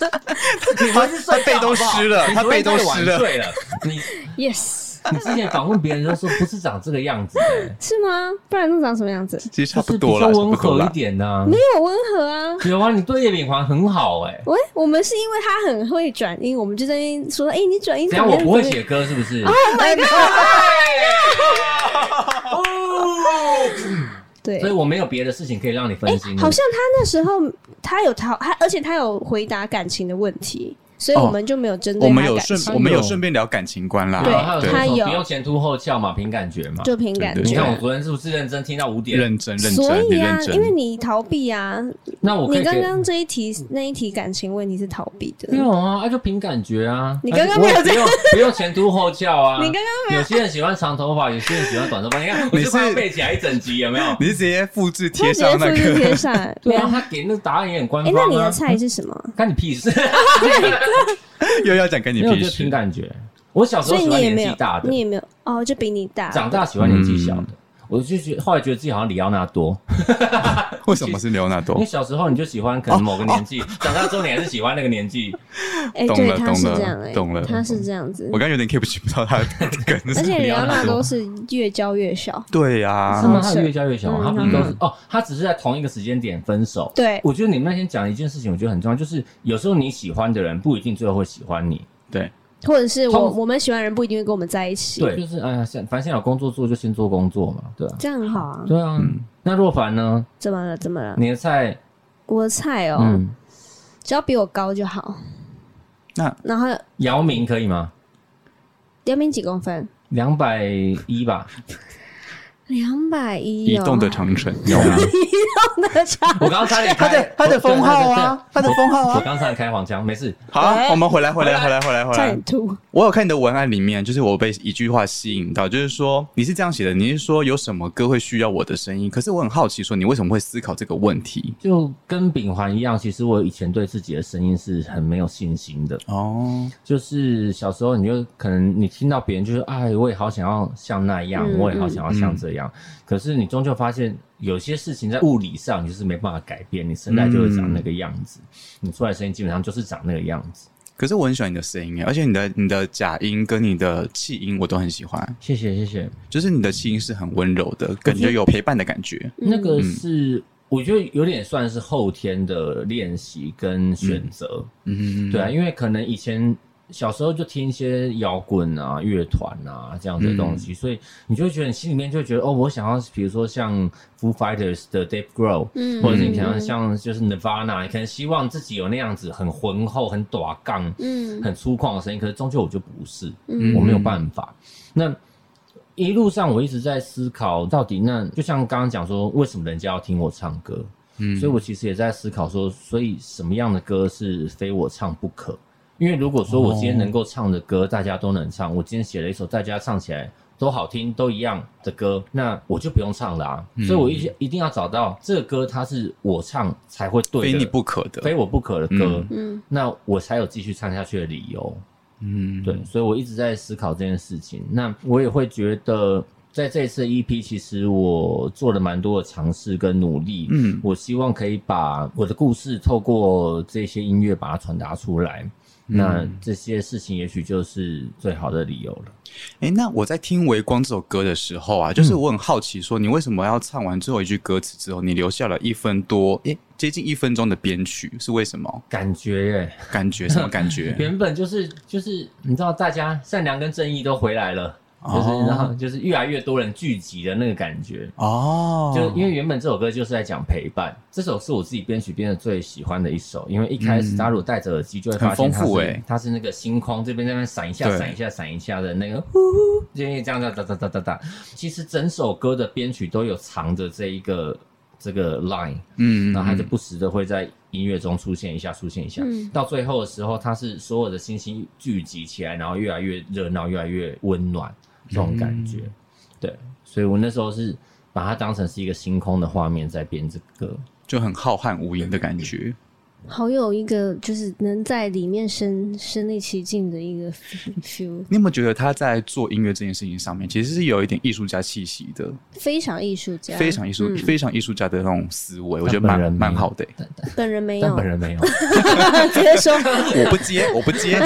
[SPEAKER 1] 好，你
[SPEAKER 3] 他背都湿了，他背都湿了。
[SPEAKER 1] 对了，你
[SPEAKER 2] Yes，
[SPEAKER 1] 你之前访问别人都说不是长这个样子的，
[SPEAKER 2] 是吗？不然都长什么样子？
[SPEAKER 3] 其实差
[SPEAKER 1] 就
[SPEAKER 3] 不
[SPEAKER 1] 是比
[SPEAKER 3] 多
[SPEAKER 1] 较
[SPEAKER 3] 了，差
[SPEAKER 1] 温
[SPEAKER 3] 不多
[SPEAKER 1] 和一
[SPEAKER 3] 了。
[SPEAKER 1] 点呐。
[SPEAKER 2] 没有温和啊。
[SPEAKER 1] 有啊，你对叶秉环很好哎，
[SPEAKER 2] 喂，我们是因为他很会转音，我们就在那边说，哎、你转音
[SPEAKER 1] 只
[SPEAKER 2] 怎
[SPEAKER 1] 要
[SPEAKER 2] 么
[SPEAKER 1] 我
[SPEAKER 2] 样？Oh
[SPEAKER 1] 不会
[SPEAKER 2] 怎么
[SPEAKER 1] 写
[SPEAKER 2] 样啊
[SPEAKER 1] 歌是不是？ [laughs] 所以
[SPEAKER 2] 对。
[SPEAKER 1] 我没有别的事情可以让你分心。
[SPEAKER 2] 哎好像他那时候他有讨他，而且他有回答感情的问题，所以我们就没有针对
[SPEAKER 3] 哦我们
[SPEAKER 2] 他
[SPEAKER 3] 有
[SPEAKER 2] 感情，
[SPEAKER 3] 顺，我们有顺便聊感情观啦。
[SPEAKER 2] 对
[SPEAKER 1] 然啊后还有
[SPEAKER 2] 他
[SPEAKER 1] 什么
[SPEAKER 2] 有
[SPEAKER 1] 不用前凸后翘嘛，凭感觉嘛。
[SPEAKER 2] 就凭感觉。
[SPEAKER 3] 对对
[SPEAKER 1] 你看我昨天是不是认真听到五点？
[SPEAKER 3] 认真认
[SPEAKER 2] 所
[SPEAKER 3] 真，你
[SPEAKER 2] 以啊
[SPEAKER 3] 认，真。
[SPEAKER 2] 因为你逃避啊，
[SPEAKER 1] 那我可
[SPEAKER 2] 你
[SPEAKER 1] 以
[SPEAKER 2] 刚
[SPEAKER 1] 给
[SPEAKER 2] 刚这一题那一题感情问题是逃避的，
[SPEAKER 1] 没有啊，啊就凭感觉啊。
[SPEAKER 2] 你刚刚
[SPEAKER 1] 啊我也
[SPEAKER 2] 没有这
[SPEAKER 1] 不用不用前凸后翘啊。
[SPEAKER 2] [laughs] 你刚
[SPEAKER 1] 刚有些人喜欢长头发，有些人喜欢短头发。你看，我
[SPEAKER 3] 你
[SPEAKER 1] 就是快要背起来一整集，有没有？
[SPEAKER 3] 你是直接复制
[SPEAKER 2] 他
[SPEAKER 3] 贴
[SPEAKER 2] 直接
[SPEAKER 3] 上
[SPEAKER 2] 复
[SPEAKER 3] 那
[SPEAKER 2] 制贴
[SPEAKER 3] 个，
[SPEAKER 2] 上，
[SPEAKER 1] [laughs] 对
[SPEAKER 2] 没有
[SPEAKER 1] 啊，。他给那答案也很官
[SPEAKER 2] 哎，
[SPEAKER 1] 方
[SPEAKER 2] 那你
[SPEAKER 1] 啊
[SPEAKER 2] 的。菜是什么？
[SPEAKER 1] 干你屁
[SPEAKER 2] [laughs]
[SPEAKER 1] 事！
[SPEAKER 3] [laughs] 又要讲跟你
[SPEAKER 1] [laughs] 没有
[SPEAKER 3] 屁
[SPEAKER 1] 就
[SPEAKER 3] 事
[SPEAKER 1] 凭。感觉。我小时
[SPEAKER 2] 所
[SPEAKER 1] 候
[SPEAKER 2] 以
[SPEAKER 1] 喜
[SPEAKER 2] 你
[SPEAKER 1] 欢
[SPEAKER 2] 也
[SPEAKER 1] 年
[SPEAKER 2] 没
[SPEAKER 1] 纪
[SPEAKER 2] 有
[SPEAKER 1] 大，的
[SPEAKER 2] 你，也没有哦，就比你大。
[SPEAKER 1] 长大喜欢年纪小的。我就觉后来觉得自己好像里奥纳多，
[SPEAKER 3] 为什么是刘纳
[SPEAKER 1] 因为
[SPEAKER 3] 多？
[SPEAKER 1] 小时候你就喜欢可能某个年纪，长大之后你还是喜欢那个年纪。
[SPEAKER 2] 哎，
[SPEAKER 3] 懂
[SPEAKER 2] 对，
[SPEAKER 3] 了
[SPEAKER 2] 他
[SPEAKER 3] 懂
[SPEAKER 2] 是
[SPEAKER 3] 了
[SPEAKER 2] 这样，哎，
[SPEAKER 3] 懂了
[SPEAKER 2] 他是这样子
[SPEAKER 3] 我。刚刚有点 catch 不到他 [laughs] 的梗
[SPEAKER 2] 而
[SPEAKER 3] 是。
[SPEAKER 2] 且
[SPEAKER 1] 里
[SPEAKER 2] 里
[SPEAKER 1] 奥
[SPEAKER 2] 奥
[SPEAKER 1] 纳
[SPEAKER 2] 纳
[SPEAKER 1] 多
[SPEAKER 2] 多是越教越小，
[SPEAKER 3] 对呀
[SPEAKER 1] 他，们
[SPEAKER 2] 是
[SPEAKER 1] 还越教越小吗，
[SPEAKER 2] 嗯
[SPEAKER 1] 他们都是哦，他只是在同一个时间点分手。
[SPEAKER 2] 对
[SPEAKER 1] 我觉得你们那天讲一件事情，我觉得很重要，就是有时候你喜欢的人不一定最后会喜欢你。
[SPEAKER 3] 对，
[SPEAKER 2] 或者是我
[SPEAKER 1] 通
[SPEAKER 2] 我们喜欢的人不一定会跟我们在一起，
[SPEAKER 1] 对，就是哎呀，现反正现在有工作做，就先做工作嘛，对啊，
[SPEAKER 2] 这样很好啊。
[SPEAKER 1] 对啊。
[SPEAKER 3] 嗯
[SPEAKER 1] 那若凡呢？
[SPEAKER 2] 怎么了？怎么了？
[SPEAKER 1] 你的菜，
[SPEAKER 2] 我的菜哦，
[SPEAKER 1] 嗯，
[SPEAKER 2] 只要比我高就好。
[SPEAKER 3] 那
[SPEAKER 2] 然后
[SPEAKER 1] 姚明可以吗？
[SPEAKER 2] 姚明几公分？
[SPEAKER 1] 两百一吧，
[SPEAKER 2] 两百一。哦
[SPEAKER 3] 移动的长城，姚
[SPEAKER 2] [laughs]
[SPEAKER 1] 对啊
[SPEAKER 3] 明，
[SPEAKER 1] 我刚刚差点开
[SPEAKER 3] [laughs] 他的封号啊
[SPEAKER 1] 我对对对对
[SPEAKER 3] 他的封号啊
[SPEAKER 1] 我刚差点开黄腔，没事。
[SPEAKER 3] 好啊，我们回来，回来，回来，回来，回
[SPEAKER 2] 差
[SPEAKER 3] 来
[SPEAKER 2] 点。吐。
[SPEAKER 3] 我有看你的文案里面，就是我被一句话吸引到，就是说你是这样写的，你是说有什么歌会需要我的声音？可是我很好奇，说你为什么会思考这个问题？
[SPEAKER 1] 就跟秉环一样，其实我以前对自己的声音是很没有信心的，
[SPEAKER 3] 哦，
[SPEAKER 1] 就是小时候你就可能你听到别人就是哎，我也好想要像那样，
[SPEAKER 2] 嗯
[SPEAKER 1] 我也好想要像这样，可是你终究发现有些事情在物理上你就是没办法改变，你声带就会长那个样子，你出来声音基本上就是长那个样子。
[SPEAKER 3] 可是我很喜欢你的声音耶，而且你的你的假音跟你的气音我都很喜欢，
[SPEAKER 1] 谢谢谢谢，
[SPEAKER 3] 就是你的气音是很温柔的，感觉有陪伴的感觉。
[SPEAKER 1] 那个是、我觉得有点算是后天的练习跟选择，
[SPEAKER 3] 嗯，
[SPEAKER 1] 对啊，因为可能以前小时候就听一些摇滚啊、乐团啊这样子的东
[SPEAKER 2] 嗯
[SPEAKER 1] 西，所以你就会觉得你心里面就会觉得哦，我想要比如说像 Foo Fighters 的 Dave Grohl，
[SPEAKER 2] 嗯
[SPEAKER 1] 或者是你想要像就是 Nirvana，你可能希望自己有那样子很浑厚、很短杠、
[SPEAKER 2] 嗯
[SPEAKER 1] 很粗犷的声音，可是终究我就不是，
[SPEAKER 2] 嗯
[SPEAKER 1] 我没有办法。那一路上我一直在思考，到底那就像刚刚讲说，为什么人家要听我唱歌？
[SPEAKER 3] 嗯
[SPEAKER 1] 所以我其实也在思考说，所以什么样的歌是非我唱不可？因为如果说我今天
[SPEAKER 3] 哦
[SPEAKER 1] 能够唱的歌，大家都能唱，我今天写了一首大家唱起来都好听、都一样的歌，那我就不用唱了啊。
[SPEAKER 3] 嗯
[SPEAKER 1] 所以我一一定要找到这个歌，它是我唱才会对
[SPEAKER 3] 非
[SPEAKER 1] 的，
[SPEAKER 3] 你不可的。
[SPEAKER 1] 非我不可的歌，
[SPEAKER 2] 嗯
[SPEAKER 1] 那我才有继续唱下去的理由。
[SPEAKER 3] 嗯，
[SPEAKER 1] 对，所以我一直在思考这件事情。那我也会觉得，在这一次的 EP，其实我做了蛮多的尝试跟努力。
[SPEAKER 3] 嗯
[SPEAKER 1] 我希望可以把我的故事透过这些音乐把它传达出来。
[SPEAKER 3] 嗯
[SPEAKER 1] 那这些事情也许就是最好的理由了。
[SPEAKER 3] 哎、那我在听《微光》这首歌的时候啊，
[SPEAKER 2] 嗯
[SPEAKER 3] 就是我很好奇，说你为什么要唱完最后一句歌词之后，你留下了一分多，诶、接近一分钟的编曲，是为什么？
[SPEAKER 1] 感觉
[SPEAKER 3] [laughs]
[SPEAKER 1] 耶，
[SPEAKER 3] 感觉什么感
[SPEAKER 2] [laughs]
[SPEAKER 3] 觉？
[SPEAKER 1] 原本就是就是，你知道，大家善良跟正义都回来了，就是
[SPEAKER 3] 哦
[SPEAKER 1] 然后就是越来越多人聚集的那个感觉。
[SPEAKER 3] 哦，
[SPEAKER 1] 就因为原本这首歌就是在讲陪伴，这首是我自己编曲编的最喜欢的一首，因为一开始
[SPEAKER 3] 嗯
[SPEAKER 1] 大家如果戴着耳机就会发现
[SPEAKER 3] 很
[SPEAKER 1] 它
[SPEAKER 3] 丰富
[SPEAKER 1] 是、
[SPEAKER 3] 欸嗯
[SPEAKER 1] 它是那个星空这边在那边闪一下
[SPEAKER 3] 对
[SPEAKER 1] 闪一下闪一下的那个呼呼，就因为这样这样哒哒哒哒哒。其实整首歌的编曲都有藏着这一个这个 line，
[SPEAKER 3] 嗯
[SPEAKER 1] 然后它就不时的会在音乐中出现一下出现一下，
[SPEAKER 2] 嗯
[SPEAKER 1] 到最后的时候，它是所有的星星聚集起来，然后越来越热闹，越来越温暖这种
[SPEAKER 3] 嗯
[SPEAKER 1] 感觉。对，所以我那时候是把它当成是一个星空的画面在编这个歌。
[SPEAKER 3] 就很浩瀚无垠的感觉。
[SPEAKER 2] 好有一个就是能在里面身身临其境的一个 feel，
[SPEAKER 3] 你有没有觉得他在做音乐这件事情上面，其实是有一点艺术家气息的，
[SPEAKER 2] 非常艺术家，
[SPEAKER 3] 非常艺术、
[SPEAKER 2] 嗯
[SPEAKER 3] 非常艺术家的那种思维，我觉得
[SPEAKER 1] 本
[SPEAKER 3] 蛮
[SPEAKER 1] 人没
[SPEAKER 3] 蛮
[SPEAKER 1] 有
[SPEAKER 3] 好的、欸
[SPEAKER 1] 但
[SPEAKER 2] 本人没
[SPEAKER 1] 但
[SPEAKER 2] 有
[SPEAKER 1] 本，人没有，
[SPEAKER 2] [laughs] 直接说，
[SPEAKER 3] 我不接，我
[SPEAKER 2] [laughs]
[SPEAKER 3] 不接，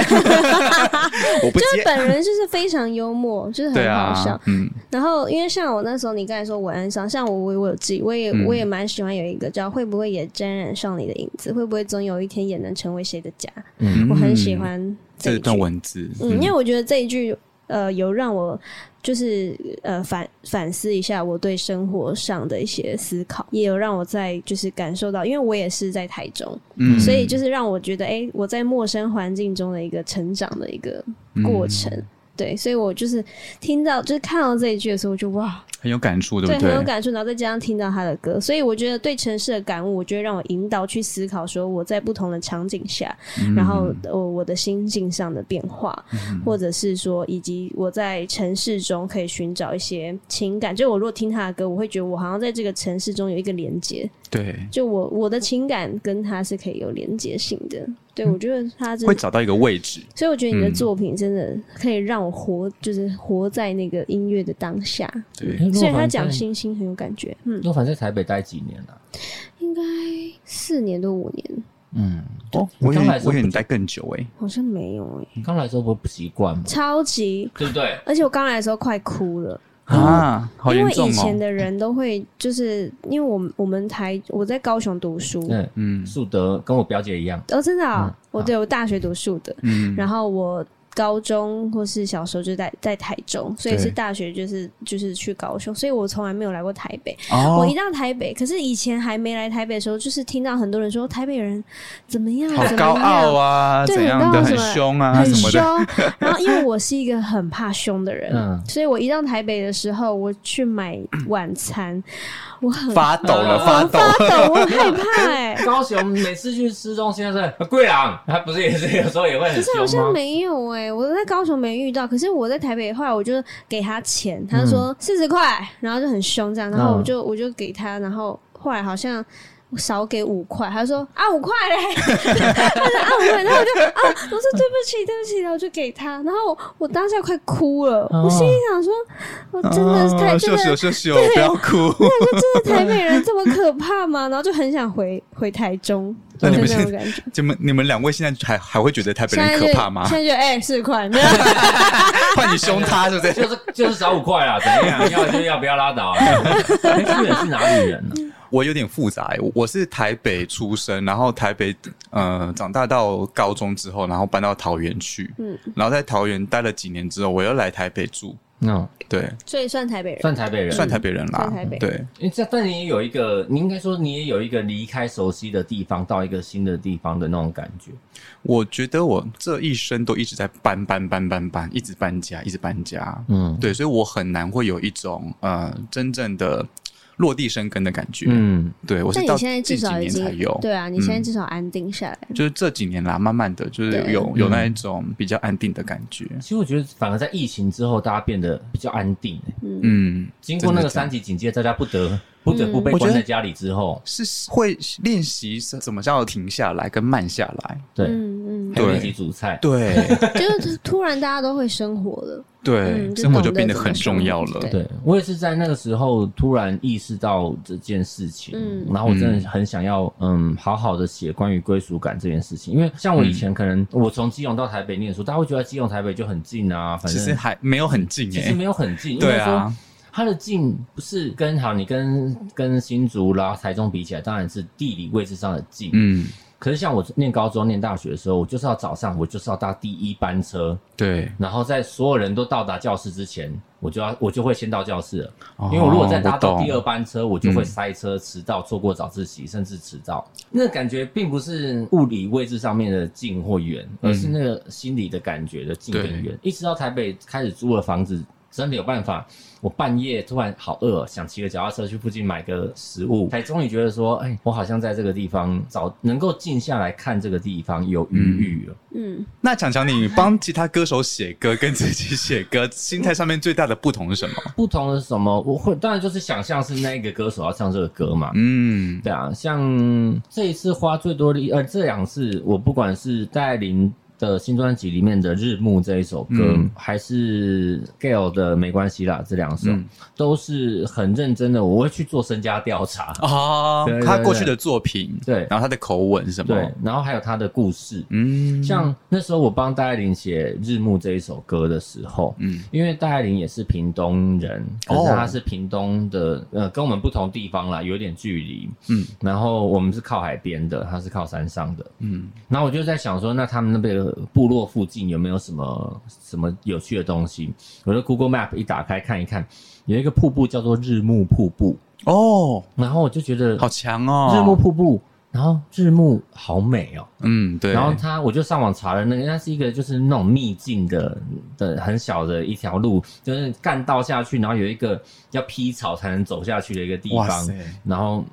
[SPEAKER 3] 我 [laughs] 不
[SPEAKER 2] 就是
[SPEAKER 3] 接。
[SPEAKER 2] 本人就是非常幽默，就是
[SPEAKER 3] 对
[SPEAKER 2] 很好笑。
[SPEAKER 3] 啊，嗯，
[SPEAKER 2] 然后，因为像我那时候，你刚才说文案上，像我，我我有记，我也、
[SPEAKER 3] 嗯
[SPEAKER 2] 我也蛮喜欢有一个叫“会不会也沾染上你的影子？会不会总有一天也能成为谁的家？”
[SPEAKER 1] 嗯
[SPEAKER 2] 我很喜欢这
[SPEAKER 3] 这
[SPEAKER 2] 一句
[SPEAKER 3] 段，文字，
[SPEAKER 2] 嗯，因为我觉得这一句呃，有让我就是呃反反思一下我对生活上的一些思考，也有让我在就是感受到，因为我也是在台中，
[SPEAKER 3] 嗯
[SPEAKER 2] 所以就是让我觉得，哎、我在陌生环境中的一个成长的一个
[SPEAKER 3] 嗯
[SPEAKER 2] 过程。对，所以我就是听到，就是看到这一句的时候，我就哇，
[SPEAKER 3] 很有感触，对
[SPEAKER 2] 对，
[SPEAKER 3] 不对？
[SPEAKER 2] 很有感触。然后再加上听到他的歌，所以我觉得对城市的感悟，我觉得让我引导去思考，说我在不同的场景下，
[SPEAKER 3] 嗯
[SPEAKER 2] 然后我我的心境上的变化，或者是说，以及我在城市中可以寻找一些情感。就我如果听他的歌，我会觉得我好像在这个城市中有一个连接，
[SPEAKER 3] 对，
[SPEAKER 2] 就我我的情感跟他是可以有连接性的。对，我觉得他真
[SPEAKER 3] 嗯会
[SPEAKER 2] 的，
[SPEAKER 3] 找到一个位置。
[SPEAKER 2] 所以我觉得你的
[SPEAKER 3] 嗯
[SPEAKER 2] 作品真的可以让我活，就是活在那个音乐的当下。
[SPEAKER 3] 对，
[SPEAKER 2] 所以他讲星星很有感觉，嗯，
[SPEAKER 1] 诺凡在台北待几年啊了、
[SPEAKER 2] 应该四年多五年，
[SPEAKER 1] 嗯，
[SPEAKER 3] 哦，我以
[SPEAKER 1] 刚来
[SPEAKER 3] 为
[SPEAKER 1] 的时候
[SPEAKER 3] 我以为
[SPEAKER 1] 不
[SPEAKER 3] 你待更久哎，
[SPEAKER 2] 好像没有哎、
[SPEAKER 1] 你刚来的时候不不习
[SPEAKER 2] [laughs]
[SPEAKER 1] 惯吗？
[SPEAKER 2] 超级。
[SPEAKER 1] 对不对？
[SPEAKER 2] 而且我刚来的时候快哭了，
[SPEAKER 3] 啊，好
[SPEAKER 2] 因
[SPEAKER 3] 严
[SPEAKER 2] 为
[SPEAKER 3] 重
[SPEAKER 2] 以前
[SPEAKER 3] 哦。
[SPEAKER 2] 的人都会，就是因为我们我们台我在高雄读书，
[SPEAKER 1] 对，
[SPEAKER 3] 嗯
[SPEAKER 1] 树德跟我表姐一样，
[SPEAKER 2] 哦，真的、啊，
[SPEAKER 1] 嗯
[SPEAKER 2] 我对我大学读书的，
[SPEAKER 3] 嗯，
[SPEAKER 2] 然后我高中或是小时候就在在台中，所以是
[SPEAKER 3] 对
[SPEAKER 2] 大学就是就是去高雄，所以我从来没有来过台北。我
[SPEAKER 3] 哦
[SPEAKER 2] 一，到台北，可是以前还没来台北的时候，就是听到很多人说台北人怎么样，
[SPEAKER 3] 好
[SPEAKER 2] 怎么
[SPEAKER 3] 高
[SPEAKER 2] 样
[SPEAKER 3] 傲啊，
[SPEAKER 2] 对
[SPEAKER 3] 怎样的，
[SPEAKER 2] 很高傲
[SPEAKER 3] 很
[SPEAKER 2] 什么
[SPEAKER 3] 凶啊，
[SPEAKER 2] 很
[SPEAKER 3] 什么
[SPEAKER 2] 凶
[SPEAKER 3] 的。。
[SPEAKER 2] 然后因为我是一个很怕凶的人，
[SPEAKER 1] 嗯
[SPEAKER 2] 所以我一到台北的时候，我去买晚餐，我很
[SPEAKER 3] 发抖了，发抖
[SPEAKER 2] 哦发
[SPEAKER 3] 了，
[SPEAKER 2] 抖，我很害
[SPEAKER 3] [laughs]
[SPEAKER 2] 怕哎、
[SPEAKER 1] 高雄每次去吃东西都是 [laughs] 贵朗，他不是也是有时候也会很
[SPEAKER 2] 可是好
[SPEAKER 1] 凶
[SPEAKER 2] 像
[SPEAKER 1] 吗？
[SPEAKER 2] 没有哎、我在高雄没遇到，可是我在台北的话，我就给他钱，他就
[SPEAKER 3] 嗯
[SPEAKER 2] 说四十块，然后就很凶这样，然后我就、我就给他，然后后来好像少给五块，他就说啊五块
[SPEAKER 3] [laughs]
[SPEAKER 2] 嘞，他说啊五块，然后我就啊我说对不起对不起，然后我就给他，然后我当下快哭了，
[SPEAKER 1] 哦
[SPEAKER 2] 我心里想说，我真的是太
[SPEAKER 3] 啊
[SPEAKER 2] 真
[SPEAKER 3] 秀
[SPEAKER 2] 的
[SPEAKER 3] 秀秀秀，不要哭。 [laughs]
[SPEAKER 2] 真的台北人这么可怕吗？然后就很想回回台中，就
[SPEAKER 3] 那你们
[SPEAKER 2] 那
[SPEAKER 3] 现
[SPEAKER 2] 种感觉。
[SPEAKER 3] 你们你们两位现在还还会觉得台北
[SPEAKER 2] 现在
[SPEAKER 3] 人
[SPEAKER 2] 就
[SPEAKER 3] 可怕吗？
[SPEAKER 2] 现在就哎四十块
[SPEAKER 3] [laughs]
[SPEAKER 2] 没有。
[SPEAKER 3] 换你凶他是不是？
[SPEAKER 1] 就是就是少五块啊啦，怎么
[SPEAKER 2] [laughs]
[SPEAKER 1] 样？要就要，不要拉倒啊。哎，这个人是哪里人啊呢？
[SPEAKER 3] 我有点复杂、欸，我我是台北出生，然后台北呃长大到高中之后，然后搬到桃园去，
[SPEAKER 2] 嗯
[SPEAKER 3] 然后在桃园待了几年之后，我又来台北住，
[SPEAKER 1] 嗯，
[SPEAKER 3] 对，
[SPEAKER 2] 所以算台北人，
[SPEAKER 1] 算台北人，
[SPEAKER 3] 算台北人啦
[SPEAKER 2] 算台北，
[SPEAKER 3] 对，
[SPEAKER 1] 因为这但你也有一个，你应该说你也有一个离开熟悉的地方到一个新的地方的那种感觉。
[SPEAKER 3] 我觉得我这一生都一直在搬搬搬搬搬，一直搬家，一直搬家，
[SPEAKER 1] 嗯，
[SPEAKER 3] 对，所以我很难会有一种呃真正的落地生根的感觉，
[SPEAKER 1] 嗯，
[SPEAKER 3] 对我
[SPEAKER 2] 但
[SPEAKER 3] 是
[SPEAKER 2] 你
[SPEAKER 3] 到
[SPEAKER 2] 现在至
[SPEAKER 3] 近几
[SPEAKER 2] 少已
[SPEAKER 3] 年才
[SPEAKER 2] 经
[SPEAKER 3] 有，
[SPEAKER 2] 对啊，你现在
[SPEAKER 3] 嗯
[SPEAKER 2] 至少安定下来。
[SPEAKER 3] 就是这几年啦，慢慢的就是
[SPEAKER 2] 对
[SPEAKER 3] 有有那一种比较安定的感觉，
[SPEAKER 1] 其实我觉得反而在疫情之后，大家变得比较安定、欸
[SPEAKER 2] 嗯，
[SPEAKER 3] 嗯。
[SPEAKER 1] 经过那个
[SPEAKER 3] 真的这样
[SPEAKER 1] 三级警戒，大家不得不得不被
[SPEAKER 3] 嗯我觉得
[SPEAKER 1] 关在家里之后，
[SPEAKER 3] 是会练习是怎么叫停下来跟慢下来。
[SPEAKER 1] 对，
[SPEAKER 2] 嗯嗯，
[SPEAKER 1] 还有
[SPEAKER 3] 对
[SPEAKER 1] 一起煮菜，
[SPEAKER 3] 对，
[SPEAKER 2] 就是突然大家都会生活了，
[SPEAKER 3] [laughs] 对，
[SPEAKER 2] 嗯就
[SPEAKER 3] 生活就
[SPEAKER 2] 懂得
[SPEAKER 3] 变得
[SPEAKER 2] 怎么
[SPEAKER 3] 很
[SPEAKER 2] 说
[SPEAKER 3] 重要了。
[SPEAKER 2] 对
[SPEAKER 1] 对我也是在那个时候突然意识到这件事情，
[SPEAKER 2] 嗯
[SPEAKER 1] 然后我真的很想要，嗯，好好的写关于归属感这件事情，因为像我以前可能我从基隆到台北念书，大家会觉得基隆台北就很近啊，反
[SPEAKER 3] 其
[SPEAKER 1] 正
[SPEAKER 3] 实还没有很近
[SPEAKER 1] 其
[SPEAKER 3] 哎、
[SPEAKER 1] 实没有很近，
[SPEAKER 3] 对
[SPEAKER 1] 应该
[SPEAKER 3] 啊
[SPEAKER 1] 说，它的近不是跟好你跟跟新竹然后台中比起来，当然是地理位置上的近，
[SPEAKER 3] 嗯，
[SPEAKER 1] 可是像我念高中、念大学的时候，我就是要早上，我就是要搭第一班车，
[SPEAKER 3] 对，
[SPEAKER 1] 然后在所有人都到达教室之前，我就要我就会先到教室了。
[SPEAKER 3] 哦
[SPEAKER 1] 因为我如果再搭到
[SPEAKER 3] 我懂
[SPEAKER 1] 第二班车，我就会塞车、迟到、错过早自习，甚至迟到。那感觉并不是物理位置上面的近或远，而是那个心理的感觉的近跟远。一直到台北开始租了房子，真的有办法。我半夜突然好饿哦，想骑个脚踏车去附近买个食物，才终于觉得说，哎、我好像在这个地方找能够静下来看这个地方有余裕了。
[SPEAKER 2] 嗯，
[SPEAKER 3] 那强强，你帮其他歌手写歌跟自己写歌，心态上面最大的不同是
[SPEAKER 1] [laughs]
[SPEAKER 3] 什么？
[SPEAKER 1] 啊不同的是什么，我会当然就是想象是那一个歌手要唱这个歌嘛。
[SPEAKER 3] 嗯，
[SPEAKER 1] 对啊，像这一次花最多力，呃，这两次我不管是戴琳的新专辑里面的《日暮》这一首歌，
[SPEAKER 3] 嗯
[SPEAKER 1] 还是 Gail 的《没关系啦》这两首，
[SPEAKER 3] 嗯
[SPEAKER 1] 都是很认真的，我会去做身家调查。
[SPEAKER 3] 哦
[SPEAKER 1] 对，对
[SPEAKER 3] 他过去的作品，
[SPEAKER 1] 对
[SPEAKER 3] 然后他的口吻是什么？
[SPEAKER 1] 对，然后还有他的故事，
[SPEAKER 3] 嗯，
[SPEAKER 1] 像那时候我帮戴爱玲写《日暮》这一首歌的时候，
[SPEAKER 3] 嗯
[SPEAKER 1] 嗯，因为戴爱玲也是屏东人，可是
[SPEAKER 3] 哦
[SPEAKER 1] 她是屏东的，呃，跟我们不同地方啦，有点距离，
[SPEAKER 3] 嗯
[SPEAKER 1] 嗯，然后我们是靠海边的，她是靠山上的，
[SPEAKER 3] 嗯，
[SPEAKER 1] 然后我就在想说，那他们那个部落附近有没有什么什么有趣的东西？我的 Google Map 一打开看一看，有一个瀑布叫做日暮瀑布，
[SPEAKER 3] 哦，
[SPEAKER 1] 然后我就觉得
[SPEAKER 3] 好强哦，
[SPEAKER 1] 日暮瀑布，然后日暮好美哦、
[SPEAKER 3] 嗯，对，
[SPEAKER 1] 然后它，我就上网查了那个，它是一个就是那种秘境的的很小的一条路，就是干道下去，然后有一个要劈草才能走下去的一个地
[SPEAKER 3] 哇
[SPEAKER 1] 方
[SPEAKER 3] 塞，
[SPEAKER 1] 然后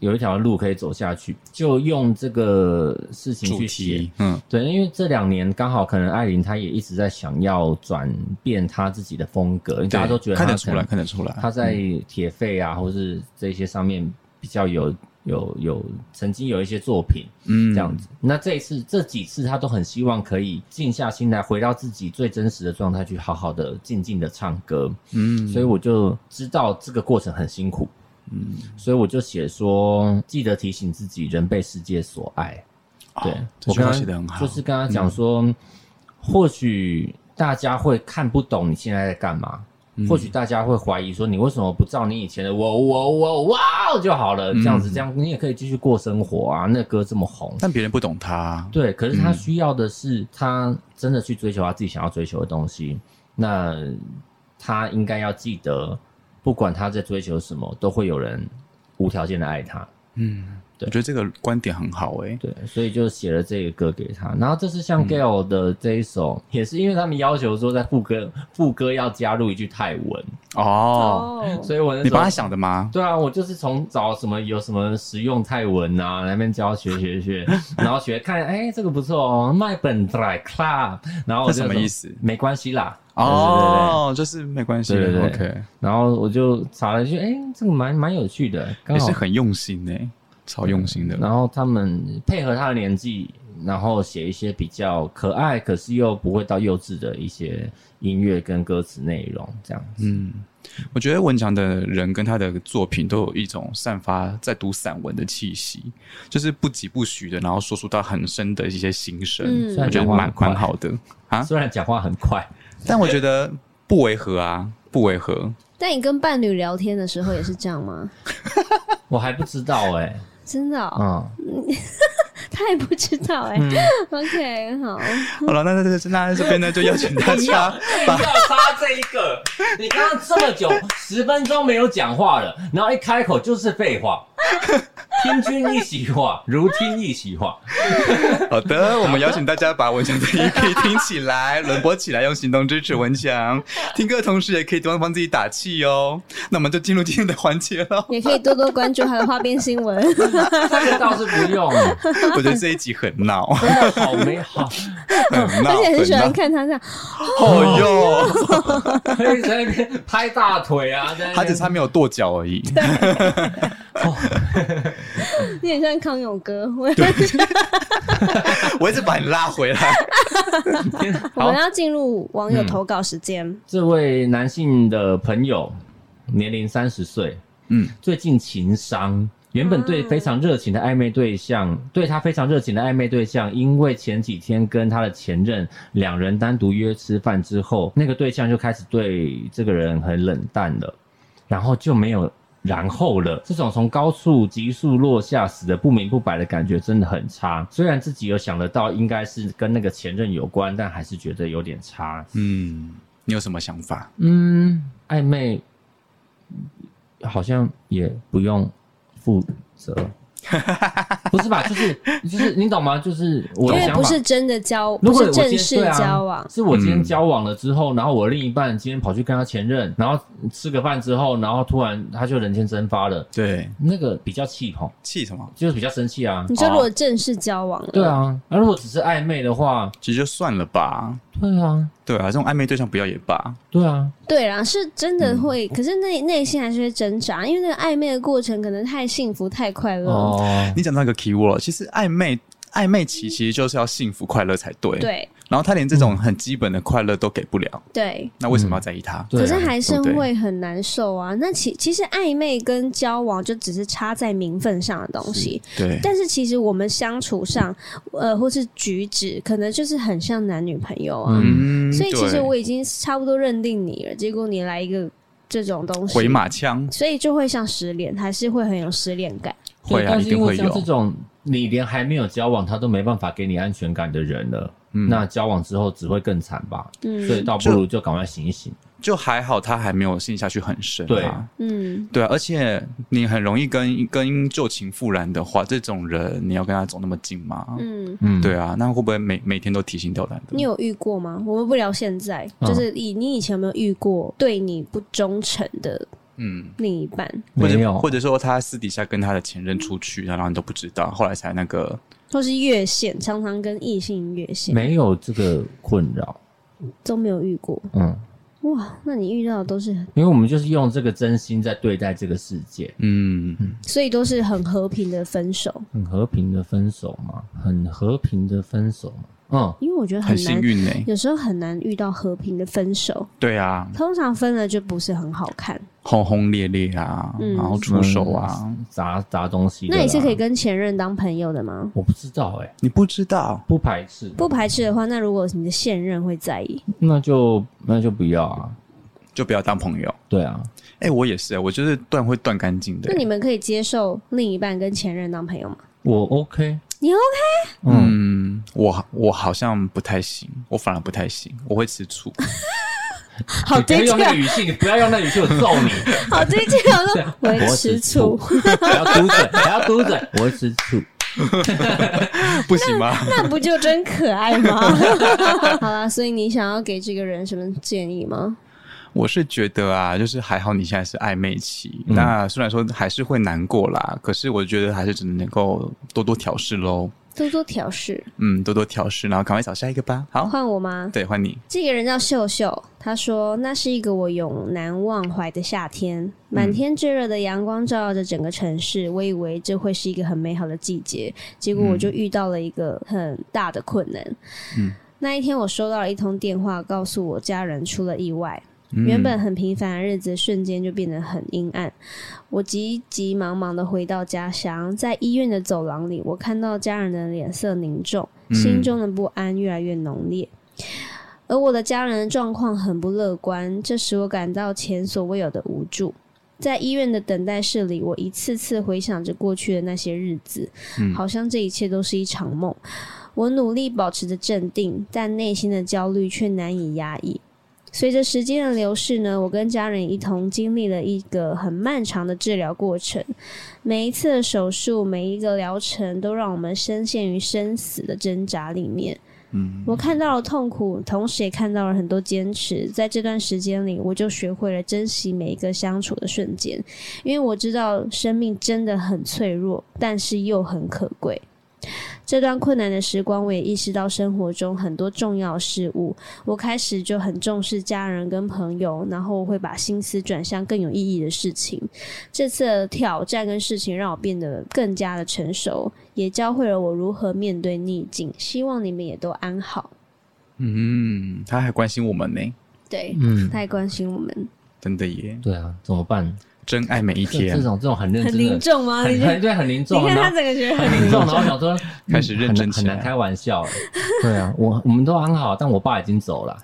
[SPEAKER 1] 有一条路可以走下去，就用这个事情
[SPEAKER 3] 主
[SPEAKER 1] 去写
[SPEAKER 3] 题。，嗯，
[SPEAKER 1] 对，因为这两年刚好可能艾琳她也一直在想要转变她自己的风格，因为大家
[SPEAKER 3] 对
[SPEAKER 1] 都觉得她
[SPEAKER 3] 看得
[SPEAKER 1] 可
[SPEAKER 3] 出
[SPEAKER 1] 能
[SPEAKER 3] 来，看得出来，
[SPEAKER 1] 他在铁肺啊，或是这些上面比较有有有曾经有一些作品，
[SPEAKER 3] 嗯
[SPEAKER 1] 嗯，这样子。那这一次这几次他都很希望可以静下心来，回到自己最真实的状态，去好好的静静的唱歌。
[SPEAKER 3] 嗯，
[SPEAKER 1] 所以我就知道这个过程很辛苦，
[SPEAKER 3] 嗯，
[SPEAKER 1] 所以我就写说，记得提醒自己，人被世界所爱。对
[SPEAKER 3] 哦，这
[SPEAKER 1] 我
[SPEAKER 3] 句
[SPEAKER 1] 刚
[SPEAKER 3] 话
[SPEAKER 1] 刚
[SPEAKER 3] 写的很好，嗯
[SPEAKER 1] 就是跟他讲说，或许大家会看不懂你现在在干嘛，
[SPEAKER 3] 嗯
[SPEAKER 1] 或许大家会怀疑说你为什么不照你以前的我我我哇哦就好了，这样
[SPEAKER 3] 嗯
[SPEAKER 1] 子这样你也可以继续过生活啊，那歌这么红。
[SPEAKER 3] 但别人不懂他，
[SPEAKER 1] 对，可是他需要的是他真的去追求他自己想要追求的东西，那他应该要记得，不管他在追求什么，都会有人无条件的爱他。
[SPEAKER 3] 嗯，
[SPEAKER 1] 对
[SPEAKER 3] 我觉得这个观点很好哎，
[SPEAKER 1] 对，所以就写了这个歌给他。然后这是像 Gail 的这一首，也是因为他们要求说在副歌副歌要加入一句泰文，
[SPEAKER 3] 哦，
[SPEAKER 2] 哦，
[SPEAKER 1] 所以我那
[SPEAKER 3] 你
[SPEAKER 1] 时候
[SPEAKER 3] 帮他想的吗？
[SPEAKER 1] 对啊，我就是从找什么有什么实用泰文啊，来那边教学学
[SPEAKER 3] [laughs]
[SPEAKER 1] 学，然后学看，哎、这个不错哦，卖本 dry club，然后我
[SPEAKER 3] 这
[SPEAKER 1] 就
[SPEAKER 3] 什么
[SPEAKER 1] 说
[SPEAKER 3] 意思
[SPEAKER 1] 没关系啦，
[SPEAKER 3] 哦，就是没关系
[SPEAKER 1] 对对对
[SPEAKER 3] ，OK，
[SPEAKER 1] 对对对。然后我就查了一句，哎、这个蛮蛮有趣的，刚
[SPEAKER 3] 也
[SPEAKER 1] 好嗯
[SPEAKER 3] 是很用心哎，超用心的，
[SPEAKER 1] 然后他们配合他的年纪，然后写一些比较可爱，可是又不会到幼稚的一些音乐跟歌词内容，这样子。
[SPEAKER 3] 嗯，我觉得文强的人跟他的作品都有一种散发在读散文的气息，就是不疾不徐的，然后说出他很深的一些心声，
[SPEAKER 2] 嗯
[SPEAKER 3] 我觉得蛮蛮好的啊。
[SPEAKER 1] 虽然讲话很快，
[SPEAKER 3] 但我觉得不违和啊，不违和。
[SPEAKER 2] 但你跟伴侣聊天的时候也是这样吗？
[SPEAKER 1] 我还不知道哎、
[SPEAKER 2] 真的哦，
[SPEAKER 3] 啊
[SPEAKER 1] 嗯，
[SPEAKER 2] 他也不知道哎。OK，好，
[SPEAKER 3] 好了，那那那那这边呢，就邀请大家
[SPEAKER 1] [laughs] 要插这一个，你刚刚这么久，十分钟没有讲话了，然后一开口就是废话，听君一席话，如听一席话。
[SPEAKER 3] 好的，我们邀请大家把文强的 EP 听起来，轮播起来，用行动支持文强。听歌的同时也可以帮帮自己打气哦。那我们就进入今天的环节 [laughs] 喽。
[SPEAKER 2] 也可以多多关注他的花边新
[SPEAKER 3] [laughs]
[SPEAKER 2] 闻。
[SPEAKER 1] 这个倒是不用，
[SPEAKER 3] [laughs] 我觉得这一集很闹。
[SPEAKER 1] 真的好美好， [laughs]
[SPEAKER 3] 很闹，
[SPEAKER 2] 而且很喜欢
[SPEAKER 3] 闹。
[SPEAKER 2] 看他这样，
[SPEAKER 3] 哦 [laughs] 哟，
[SPEAKER 1] 可以在那边拍大腿啊，在那边
[SPEAKER 3] 他只差没有跺脚而已。
[SPEAKER 2] 有点像康永哥。我
[SPEAKER 3] 我一直把你拉回来。
[SPEAKER 1] [laughs]
[SPEAKER 2] 我们要进入网
[SPEAKER 1] 嗯
[SPEAKER 2] 友投稿时间，
[SPEAKER 1] 这位男性的朋友，年龄三十岁，
[SPEAKER 3] 嗯，
[SPEAKER 1] 最近情伤。原本对
[SPEAKER 2] 啊
[SPEAKER 1] 非常热情的暧昧对象，对他非常热情的暧昧对象，因为前几天跟他的前任两人单独约吃饭之后，那个对象就开始对这个人很冷淡了，然后就没有然后了。这种从高处急速落下、死的不明不白的感觉真的很差。虽然自己有想得到应该是跟那个前任有关，但还是觉得有点差。
[SPEAKER 3] [laughs] 嗯，你有什么想法？
[SPEAKER 1] 嗯，暧昧好像也不用负责，不是吧？就是就是你懂吗？就是我
[SPEAKER 2] 因
[SPEAKER 1] 的
[SPEAKER 2] 为
[SPEAKER 1] 想
[SPEAKER 2] 不
[SPEAKER 1] 法
[SPEAKER 2] 是。真的交，
[SPEAKER 1] 如
[SPEAKER 2] 不
[SPEAKER 1] 果我
[SPEAKER 2] 是
[SPEAKER 1] 今
[SPEAKER 2] 正
[SPEAKER 1] 天
[SPEAKER 2] 式
[SPEAKER 1] 对
[SPEAKER 2] 交
[SPEAKER 1] 啊
[SPEAKER 2] 往，，
[SPEAKER 1] 是我今天
[SPEAKER 3] 嗯
[SPEAKER 1] 交往了之后，然后我另一半今天跑去跟他前任，然后吃个饭之后，然后突然他就人间蒸发了，
[SPEAKER 3] 对，
[SPEAKER 1] 那个比较气吼，
[SPEAKER 3] 气什么？
[SPEAKER 1] 就是比较生气啊。
[SPEAKER 2] 你说如果正式交往了，
[SPEAKER 1] 对，啊，那如果只是暧昧的话，
[SPEAKER 3] 其实就算了吧。
[SPEAKER 1] 对啊，
[SPEAKER 3] 对啊，这种暧昧对象不要也罢。
[SPEAKER 1] 对啊，
[SPEAKER 2] 对啦，是真的会，可是内内心还是会挣扎，因为那个暧昧的过程可能太幸福、太快乐了。
[SPEAKER 1] 哦，
[SPEAKER 3] 你讲到一个 key word，其实暧昧暧昧期其实就是要幸福快乐才对。，嗯
[SPEAKER 2] 对
[SPEAKER 3] 然后他连这种很基本的快乐都给不了，
[SPEAKER 2] 对，
[SPEAKER 3] 那为什么要在意他？
[SPEAKER 1] 对啊
[SPEAKER 2] 可是还是
[SPEAKER 3] 对不对
[SPEAKER 2] 会很难受啊。那其其实暧昧跟交往就只是差在名分上的东西，
[SPEAKER 3] 对，
[SPEAKER 2] 但是其实我们相处上，呃，或是举止，可能就是很像男女朋友啊。
[SPEAKER 3] 嗯
[SPEAKER 2] 所以其实
[SPEAKER 3] 对
[SPEAKER 2] 我已经差不多认定你了，结果你来一个这种东西，
[SPEAKER 3] 回马枪，
[SPEAKER 2] 所以就会像失恋，还是会很有失恋感。
[SPEAKER 1] 对，
[SPEAKER 3] 会啊，
[SPEAKER 1] 但
[SPEAKER 3] 一
[SPEAKER 1] 是因
[SPEAKER 3] 定
[SPEAKER 1] 为
[SPEAKER 3] 会
[SPEAKER 1] 像这
[SPEAKER 3] 有。
[SPEAKER 1] 种你连还没有交往，他都没办法给你安全感的人了，
[SPEAKER 3] 嗯
[SPEAKER 1] 那交往之后只会更惨吧？所以
[SPEAKER 2] 嗯
[SPEAKER 1] 倒不如就赶快醒一醒。
[SPEAKER 3] 就还好，他还没有陷下去很深、啊。
[SPEAKER 1] 对
[SPEAKER 2] 嗯，
[SPEAKER 3] 对啊，而且你很容易跟跟旧情复燃的话，这种人你要跟他走那么近吗？
[SPEAKER 2] 嗯，
[SPEAKER 1] 嗯，
[SPEAKER 3] 对啊，那会不会每每天都提心吊胆的？
[SPEAKER 2] 你有遇过吗？我们不聊现在，
[SPEAKER 1] 嗯
[SPEAKER 2] 就是以你以前有没有遇过对你不忠诚的
[SPEAKER 3] 嗯，
[SPEAKER 2] 另一半，
[SPEAKER 3] 或
[SPEAKER 1] 没
[SPEAKER 3] 者
[SPEAKER 1] 有
[SPEAKER 3] 或者说他私底下跟他的前任出去，然后你都不知道，后来才那个
[SPEAKER 2] 或是越线，常常跟异性越线，
[SPEAKER 1] 没有这个困扰，
[SPEAKER 2] 都没有遇过。
[SPEAKER 1] 嗯，
[SPEAKER 2] 哇，那你遇到的都是，
[SPEAKER 1] 因为我们就是用这个真心在对待这个世界，
[SPEAKER 3] 嗯，
[SPEAKER 2] 所以都是很和平的分手，
[SPEAKER 1] 很和平的分手嘛，很和平的分手嘛，嗯，
[SPEAKER 2] 因为我觉得
[SPEAKER 3] 很幸
[SPEAKER 2] 难。
[SPEAKER 3] 运呢、
[SPEAKER 2] 有时候很难遇到和平的分手，
[SPEAKER 3] 对啊，
[SPEAKER 2] 通常分了就不是很好看。
[SPEAKER 3] 轰轰烈烈啊，
[SPEAKER 2] 嗯
[SPEAKER 3] 然后出手啊，
[SPEAKER 1] 嗯砸砸东西的啦。
[SPEAKER 2] 那你是可以跟前任当朋友的吗？
[SPEAKER 1] 我不知道哎、
[SPEAKER 3] 你不知道，
[SPEAKER 1] 不排斥，
[SPEAKER 2] 不排斥的话，那如果你的现任会在意，
[SPEAKER 1] 那就那就不要啊，
[SPEAKER 3] 就不要当朋友。
[SPEAKER 1] 对啊，
[SPEAKER 3] 哎、我也是、我就是断会断干净的、
[SPEAKER 2] 那你们可以接受另一半跟前任当朋友吗？
[SPEAKER 1] 我 OK，
[SPEAKER 2] 你 OK？
[SPEAKER 1] 嗯
[SPEAKER 3] 嗯，我我好像不太行，我反而不太行，我会
[SPEAKER 2] [laughs]
[SPEAKER 3] 吃醋。
[SPEAKER 2] 好啊
[SPEAKER 1] 你不要
[SPEAKER 2] 低调
[SPEAKER 1] 用，那个语气，你不要用那个语气，我揍你！
[SPEAKER 2] [laughs] 好低调，我
[SPEAKER 1] [laughs]
[SPEAKER 2] 说
[SPEAKER 3] 啊
[SPEAKER 2] 我会
[SPEAKER 1] 我吃
[SPEAKER 2] 吃醋
[SPEAKER 1] 醋。还要嘟嘴，还要嘟嘴， [laughs] 我会吃醋。
[SPEAKER 3] 不行吗？
[SPEAKER 2] [laughs]
[SPEAKER 3] [laughs]
[SPEAKER 2] 那不就真可爱吗？好啦，所以你想要给这个人什么建议吗？
[SPEAKER 3] 我是觉得啊，就是还好你现在是暧昧期，
[SPEAKER 1] 嗯
[SPEAKER 3] 那虽然说还是会难过啦，可是我觉得还是只能够多多调试喽。
[SPEAKER 2] 多多调试，
[SPEAKER 3] 嗯，多多调试，然后赶快找下一个吧。好，
[SPEAKER 2] 换我吗？
[SPEAKER 3] 对，换你。
[SPEAKER 2] 这个人叫秀秀，他说那是一个我永难忘怀的夏
[SPEAKER 3] 嗯
[SPEAKER 2] 天，满天炙热的阳光照耀着整个城市，我以为这会是一个很美好的季节，结果我就遇到了一个很大的困难。
[SPEAKER 3] 嗯
[SPEAKER 2] 那一天我收到了一通电话，告诉我家人出了意外，
[SPEAKER 3] 嗯
[SPEAKER 2] 原本很平凡的日子瞬间就变得很阴暗。我急急忙忙的回到家乡，在医院的走廊里，我看到家人的脸色凝重，
[SPEAKER 3] 嗯
[SPEAKER 2] 心中的不安越来越浓烈。而我的家人的状况很不乐观，这使我感到前所未有的无助。在医院的等待室里，我一次次回想着过去的那些日子，
[SPEAKER 3] 嗯
[SPEAKER 2] 好像这一切都是一场梦。我努力保持着镇定，但内心的焦虑却难以压抑。随着时间的流逝呢，我跟家人一同经历了一个很漫长的治疗过程。每一次的手术，每一个疗程，都让我们深陷于生死的挣扎里面。
[SPEAKER 3] 嗯
[SPEAKER 2] 我看到了痛苦，同时也看到了很多坚持。在这段时间里，我就学会了珍惜每一个相处的瞬间，因为我知道生命真的很脆弱，但是又很可贵。这段困难的时光，我也意识到生活中很多重要事物，我开始就很重视家人跟朋友，然后我会把心思转向更有意义的事情。这次的挑战跟事情让我变得更加的成熟，也教会了我如何面对逆境。希望你们也都安好。
[SPEAKER 3] 嗯，他还关心我们呢，
[SPEAKER 2] 对，
[SPEAKER 1] 嗯，
[SPEAKER 2] 太关心我们，
[SPEAKER 3] 真的耶，
[SPEAKER 1] 对啊，怎么办？
[SPEAKER 3] 真爱每一
[SPEAKER 1] 这这
[SPEAKER 3] 天，
[SPEAKER 1] 种这种很认
[SPEAKER 2] 很
[SPEAKER 1] 真
[SPEAKER 2] 凝
[SPEAKER 1] 的，
[SPEAKER 2] 重吗？ [laughs] 你
[SPEAKER 1] 很很对，很凝
[SPEAKER 2] 你
[SPEAKER 1] 重，啊
[SPEAKER 2] 看
[SPEAKER 1] 然
[SPEAKER 2] 他
[SPEAKER 1] 后
[SPEAKER 2] 整个觉得很
[SPEAKER 1] 很凝重，然后想说嗯
[SPEAKER 3] 开始认真
[SPEAKER 1] 很
[SPEAKER 3] 起
[SPEAKER 1] 难很难
[SPEAKER 3] 来。
[SPEAKER 1] 开玩笑了。对啊，我我们都安好，但我爸已经走了，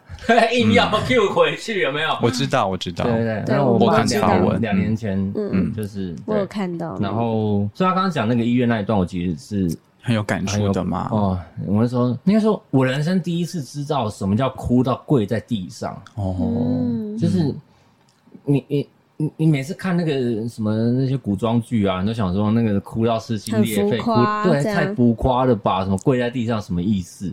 [SPEAKER 1] 硬要 Q 回去有没有？
[SPEAKER 3] 我知道，我知道
[SPEAKER 1] 对，对
[SPEAKER 2] 对
[SPEAKER 1] 然后
[SPEAKER 2] 我
[SPEAKER 1] 爸
[SPEAKER 2] 看
[SPEAKER 1] 两
[SPEAKER 2] 发
[SPEAKER 3] 文
[SPEAKER 1] 两年前，
[SPEAKER 2] 嗯
[SPEAKER 1] 嗯，就是
[SPEAKER 2] 我
[SPEAKER 1] 对
[SPEAKER 2] 有看到，
[SPEAKER 1] 然后，所以他刚刚讲那个医院那一段，我其实是
[SPEAKER 3] 很有感
[SPEAKER 1] 很
[SPEAKER 3] 触
[SPEAKER 1] 有
[SPEAKER 3] 的嘛。
[SPEAKER 1] 哦，我们说应该说，我人生第一次知道什么叫哭到跪在地上，
[SPEAKER 3] 哦，
[SPEAKER 2] 嗯，
[SPEAKER 1] 就是你你。你你每次看那个什么那些古装剧啊，你都想说那个哭到撕心裂
[SPEAKER 2] 很
[SPEAKER 1] 肺，
[SPEAKER 2] 浮
[SPEAKER 1] 哭
[SPEAKER 2] 夸
[SPEAKER 1] 对，
[SPEAKER 2] 这样
[SPEAKER 1] 太浮夸了吧？什么跪在地上什么意思？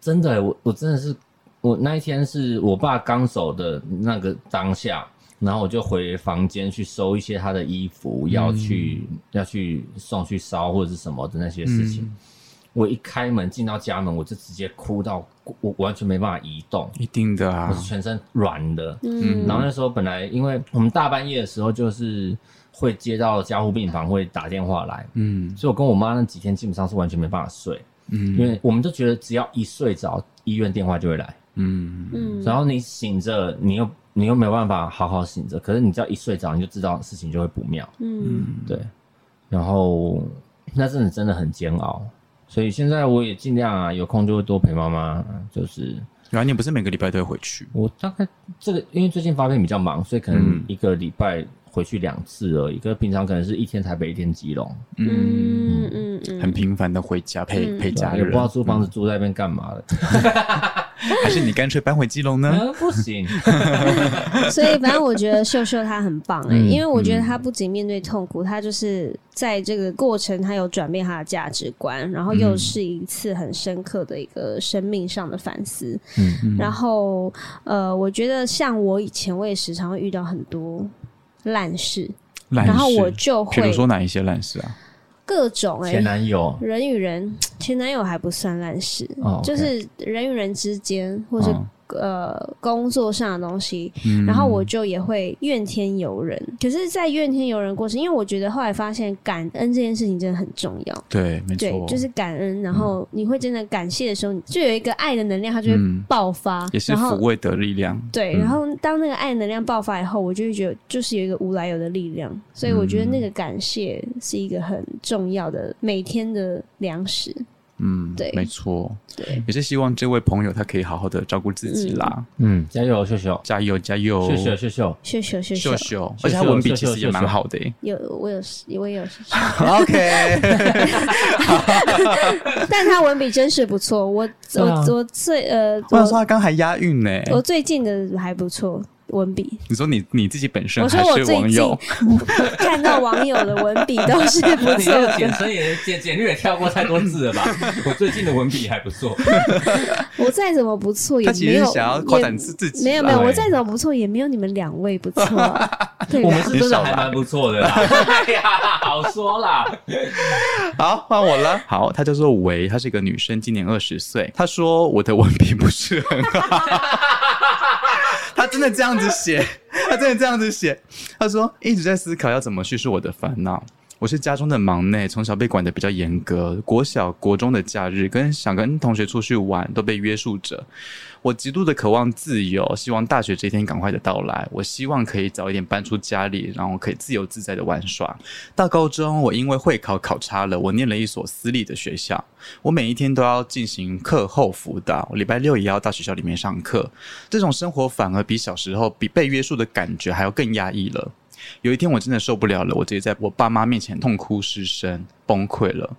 [SPEAKER 1] 真的欸、我我真的是我那一天是我爸刚走的那个当下，然后我就回房间去收一些他的衣服，要去、
[SPEAKER 2] 嗯
[SPEAKER 1] 要去送去烧或者是什么的那些事情。
[SPEAKER 3] 嗯
[SPEAKER 1] 我一开门进到家门，我就直接哭到我我完全没办法移动，
[SPEAKER 3] 一定的啊
[SPEAKER 1] 我，全身软的。
[SPEAKER 2] 嗯，
[SPEAKER 1] 然后那时候本来因为我们大半夜的时候就是会接到加护病房会打电话来，
[SPEAKER 3] 嗯
[SPEAKER 1] 所以我跟我妈那几天基本上是完全没办法睡，因
[SPEAKER 3] 嗯
[SPEAKER 1] 为我们就觉得只要一睡着，医院电话就会来，
[SPEAKER 3] 嗯，
[SPEAKER 2] 嗯，
[SPEAKER 1] 然后你醒着，你又你又没有办法好好醒着，可是你只要一睡着，你就知道事情就会不妙，
[SPEAKER 2] 嗯
[SPEAKER 1] 对，然后那阵子真的很煎熬。所以现在我也尽量啊，有空就会多陪妈妈，就是
[SPEAKER 3] 然后你不是每个礼拜都会回去，
[SPEAKER 1] 我大概这个，因为最近发片比较忙，所以可能
[SPEAKER 3] 嗯
[SPEAKER 1] 一个礼拜回去两次而已。可是平常可能是一天台北，一天基隆，
[SPEAKER 3] 嗯，
[SPEAKER 2] 嗯嗯嗯，
[SPEAKER 3] 很频繁的回家陪
[SPEAKER 2] 嗯
[SPEAKER 3] 陪
[SPEAKER 1] 对啊
[SPEAKER 3] 家
[SPEAKER 1] 也不
[SPEAKER 3] 人
[SPEAKER 1] 知，道租房子住在那边干嘛的。
[SPEAKER 3] 还是你干脆搬回基隆呢？
[SPEAKER 1] 嗯，不行，
[SPEAKER 2] 所以，反正我觉得秀秀她很棒哎、
[SPEAKER 1] 嗯
[SPEAKER 2] 因为我觉得她不仅面对痛苦，她就是在这个过程，她有转变她的价值观，然后
[SPEAKER 1] 嗯
[SPEAKER 2] 又是一次很深刻的一个生命上的反思。
[SPEAKER 1] 嗯
[SPEAKER 2] 然后，呃，我觉得像我以前，我也时常会遇到很多烂事，
[SPEAKER 3] [laughs] 烂
[SPEAKER 2] 然后我
[SPEAKER 3] 事，
[SPEAKER 2] 就
[SPEAKER 3] 比
[SPEAKER 2] 会
[SPEAKER 3] 如说哪一些烂事啊？
[SPEAKER 2] 各种哎、
[SPEAKER 1] [laughs] 前男
[SPEAKER 2] [laughs]
[SPEAKER 1] 友
[SPEAKER 2] 人与人前男友还不算烂事，
[SPEAKER 1] 哦，OK
[SPEAKER 2] 就是人与人之间，或是、
[SPEAKER 3] 嗯
[SPEAKER 2] 呃工作上的东西，
[SPEAKER 3] 嗯
[SPEAKER 2] 然后我就也会怨天尤人。可是，在怨天尤人过程，因为我觉得后来发现感恩这件事情真的很重要。
[SPEAKER 3] 对，没
[SPEAKER 2] 对，
[SPEAKER 3] 错，嗯
[SPEAKER 2] 就是感恩，然后你会真的感谢的时候，你就有一个爱的能量，它就会
[SPEAKER 3] 嗯
[SPEAKER 2] 爆发，
[SPEAKER 3] 也是
[SPEAKER 2] 然后
[SPEAKER 3] 抚慰的力量。
[SPEAKER 2] 对，
[SPEAKER 3] 嗯
[SPEAKER 2] 然后当那个爱能量爆发以后，我就会觉得就是有一个无来由的力量，所以我觉得那个
[SPEAKER 3] 嗯
[SPEAKER 2] 感谢是一个很重要的每天的粮食。
[SPEAKER 3] 嗯，
[SPEAKER 2] 对
[SPEAKER 3] 没错，
[SPEAKER 2] 对，
[SPEAKER 3] 也是希望这位朋友他可以好好的照顾自己啦，
[SPEAKER 1] 嗯，加油，秀秀，
[SPEAKER 3] 加油加油，
[SPEAKER 1] 秀秀，秀秀，
[SPEAKER 2] 秀秀秀秀
[SPEAKER 3] 秀，秀，
[SPEAKER 1] 秀
[SPEAKER 3] 而且他文笔其
[SPEAKER 1] 秀秀
[SPEAKER 3] 实也
[SPEAKER 1] 秀
[SPEAKER 3] 蛮
[SPEAKER 1] 秀
[SPEAKER 3] 好的诶
[SPEAKER 2] 有我有我也有，
[SPEAKER 3] [laughs] OK，
[SPEAKER 2] [laughs] 但他文笔真是不错。我
[SPEAKER 1] 对啊
[SPEAKER 2] 我我最呃，
[SPEAKER 3] 我想说
[SPEAKER 2] 我
[SPEAKER 3] 他刚还押韵呢。
[SPEAKER 2] 我最近的还不错，文笔。
[SPEAKER 3] 你说你你自己本身
[SPEAKER 2] 我说
[SPEAKER 3] 还
[SPEAKER 2] 我
[SPEAKER 3] 是
[SPEAKER 2] 最
[SPEAKER 3] 网
[SPEAKER 2] 近
[SPEAKER 3] 友，
[SPEAKER 2] [laughs] 看到网友的文笔都是不
[SPEAKER 1] 那你这
[SPEAKER 2] 错
[SPEAKER 1] 个
[SPEAKER 3] [laughs]
[SPEAKER 2] 的
[SPEAKER 1] 简。称也简简略也跳过太多字 [laughs] 了吧？我最近的文笔还不错，
[SPEAKER 2] 啊我再怎么不错，也
[SPEAKER 3] 他其
[SPEAKER 2] 没
[SPEAKER 3] 实
[SPEAKER 2] 有
[SPEAKER 3] 是想要夸
[SPEAKER 2] 也
[SPEAKER 3] 展自自己啦，
[SPEAKER 2] 没有没有，
[SPEAKER 1] 对
[SPEAKER 2] 我再怎么不错，也没有你们两位不
[SPEAKER 3] [laughs]
[SPEAKER 2] 错啊。对
[SPEAKER 1] 我
[SPEAKER 2] 吧
[SPEAKER 1] 们？是真的还蛮不错的啦。 [laughs] 哎呀，好说啦，
[SPEAKER 3] [laughs] 好，换我了。好，她叫做维，她是一个女生，今年二十岁。她说我的文笔不是很好， [laughs] 她真的这样子写，她真的这样子写。她说一直在思考要怎么叙述我的烦恼。我是家中的忙内，从小被管得比较严格，国小、国中的假日跟想跟同学出去玩都被约束着。我极度的渴望自由，希望大学这一天赶快的到来。我希望可以早一点搬出家里，然后可以自由自在的玩耍。到高中，我因为会考考差了，我念了一所私立的学校。我每一天都要进行课后辅导，礼拜六也要到学校里面上课。这种生活反而比小时候比被约束的感觉还要更压抑了。有一天我真的受不了了，我直接在我爸妈面前痛哭失声，崩溃了。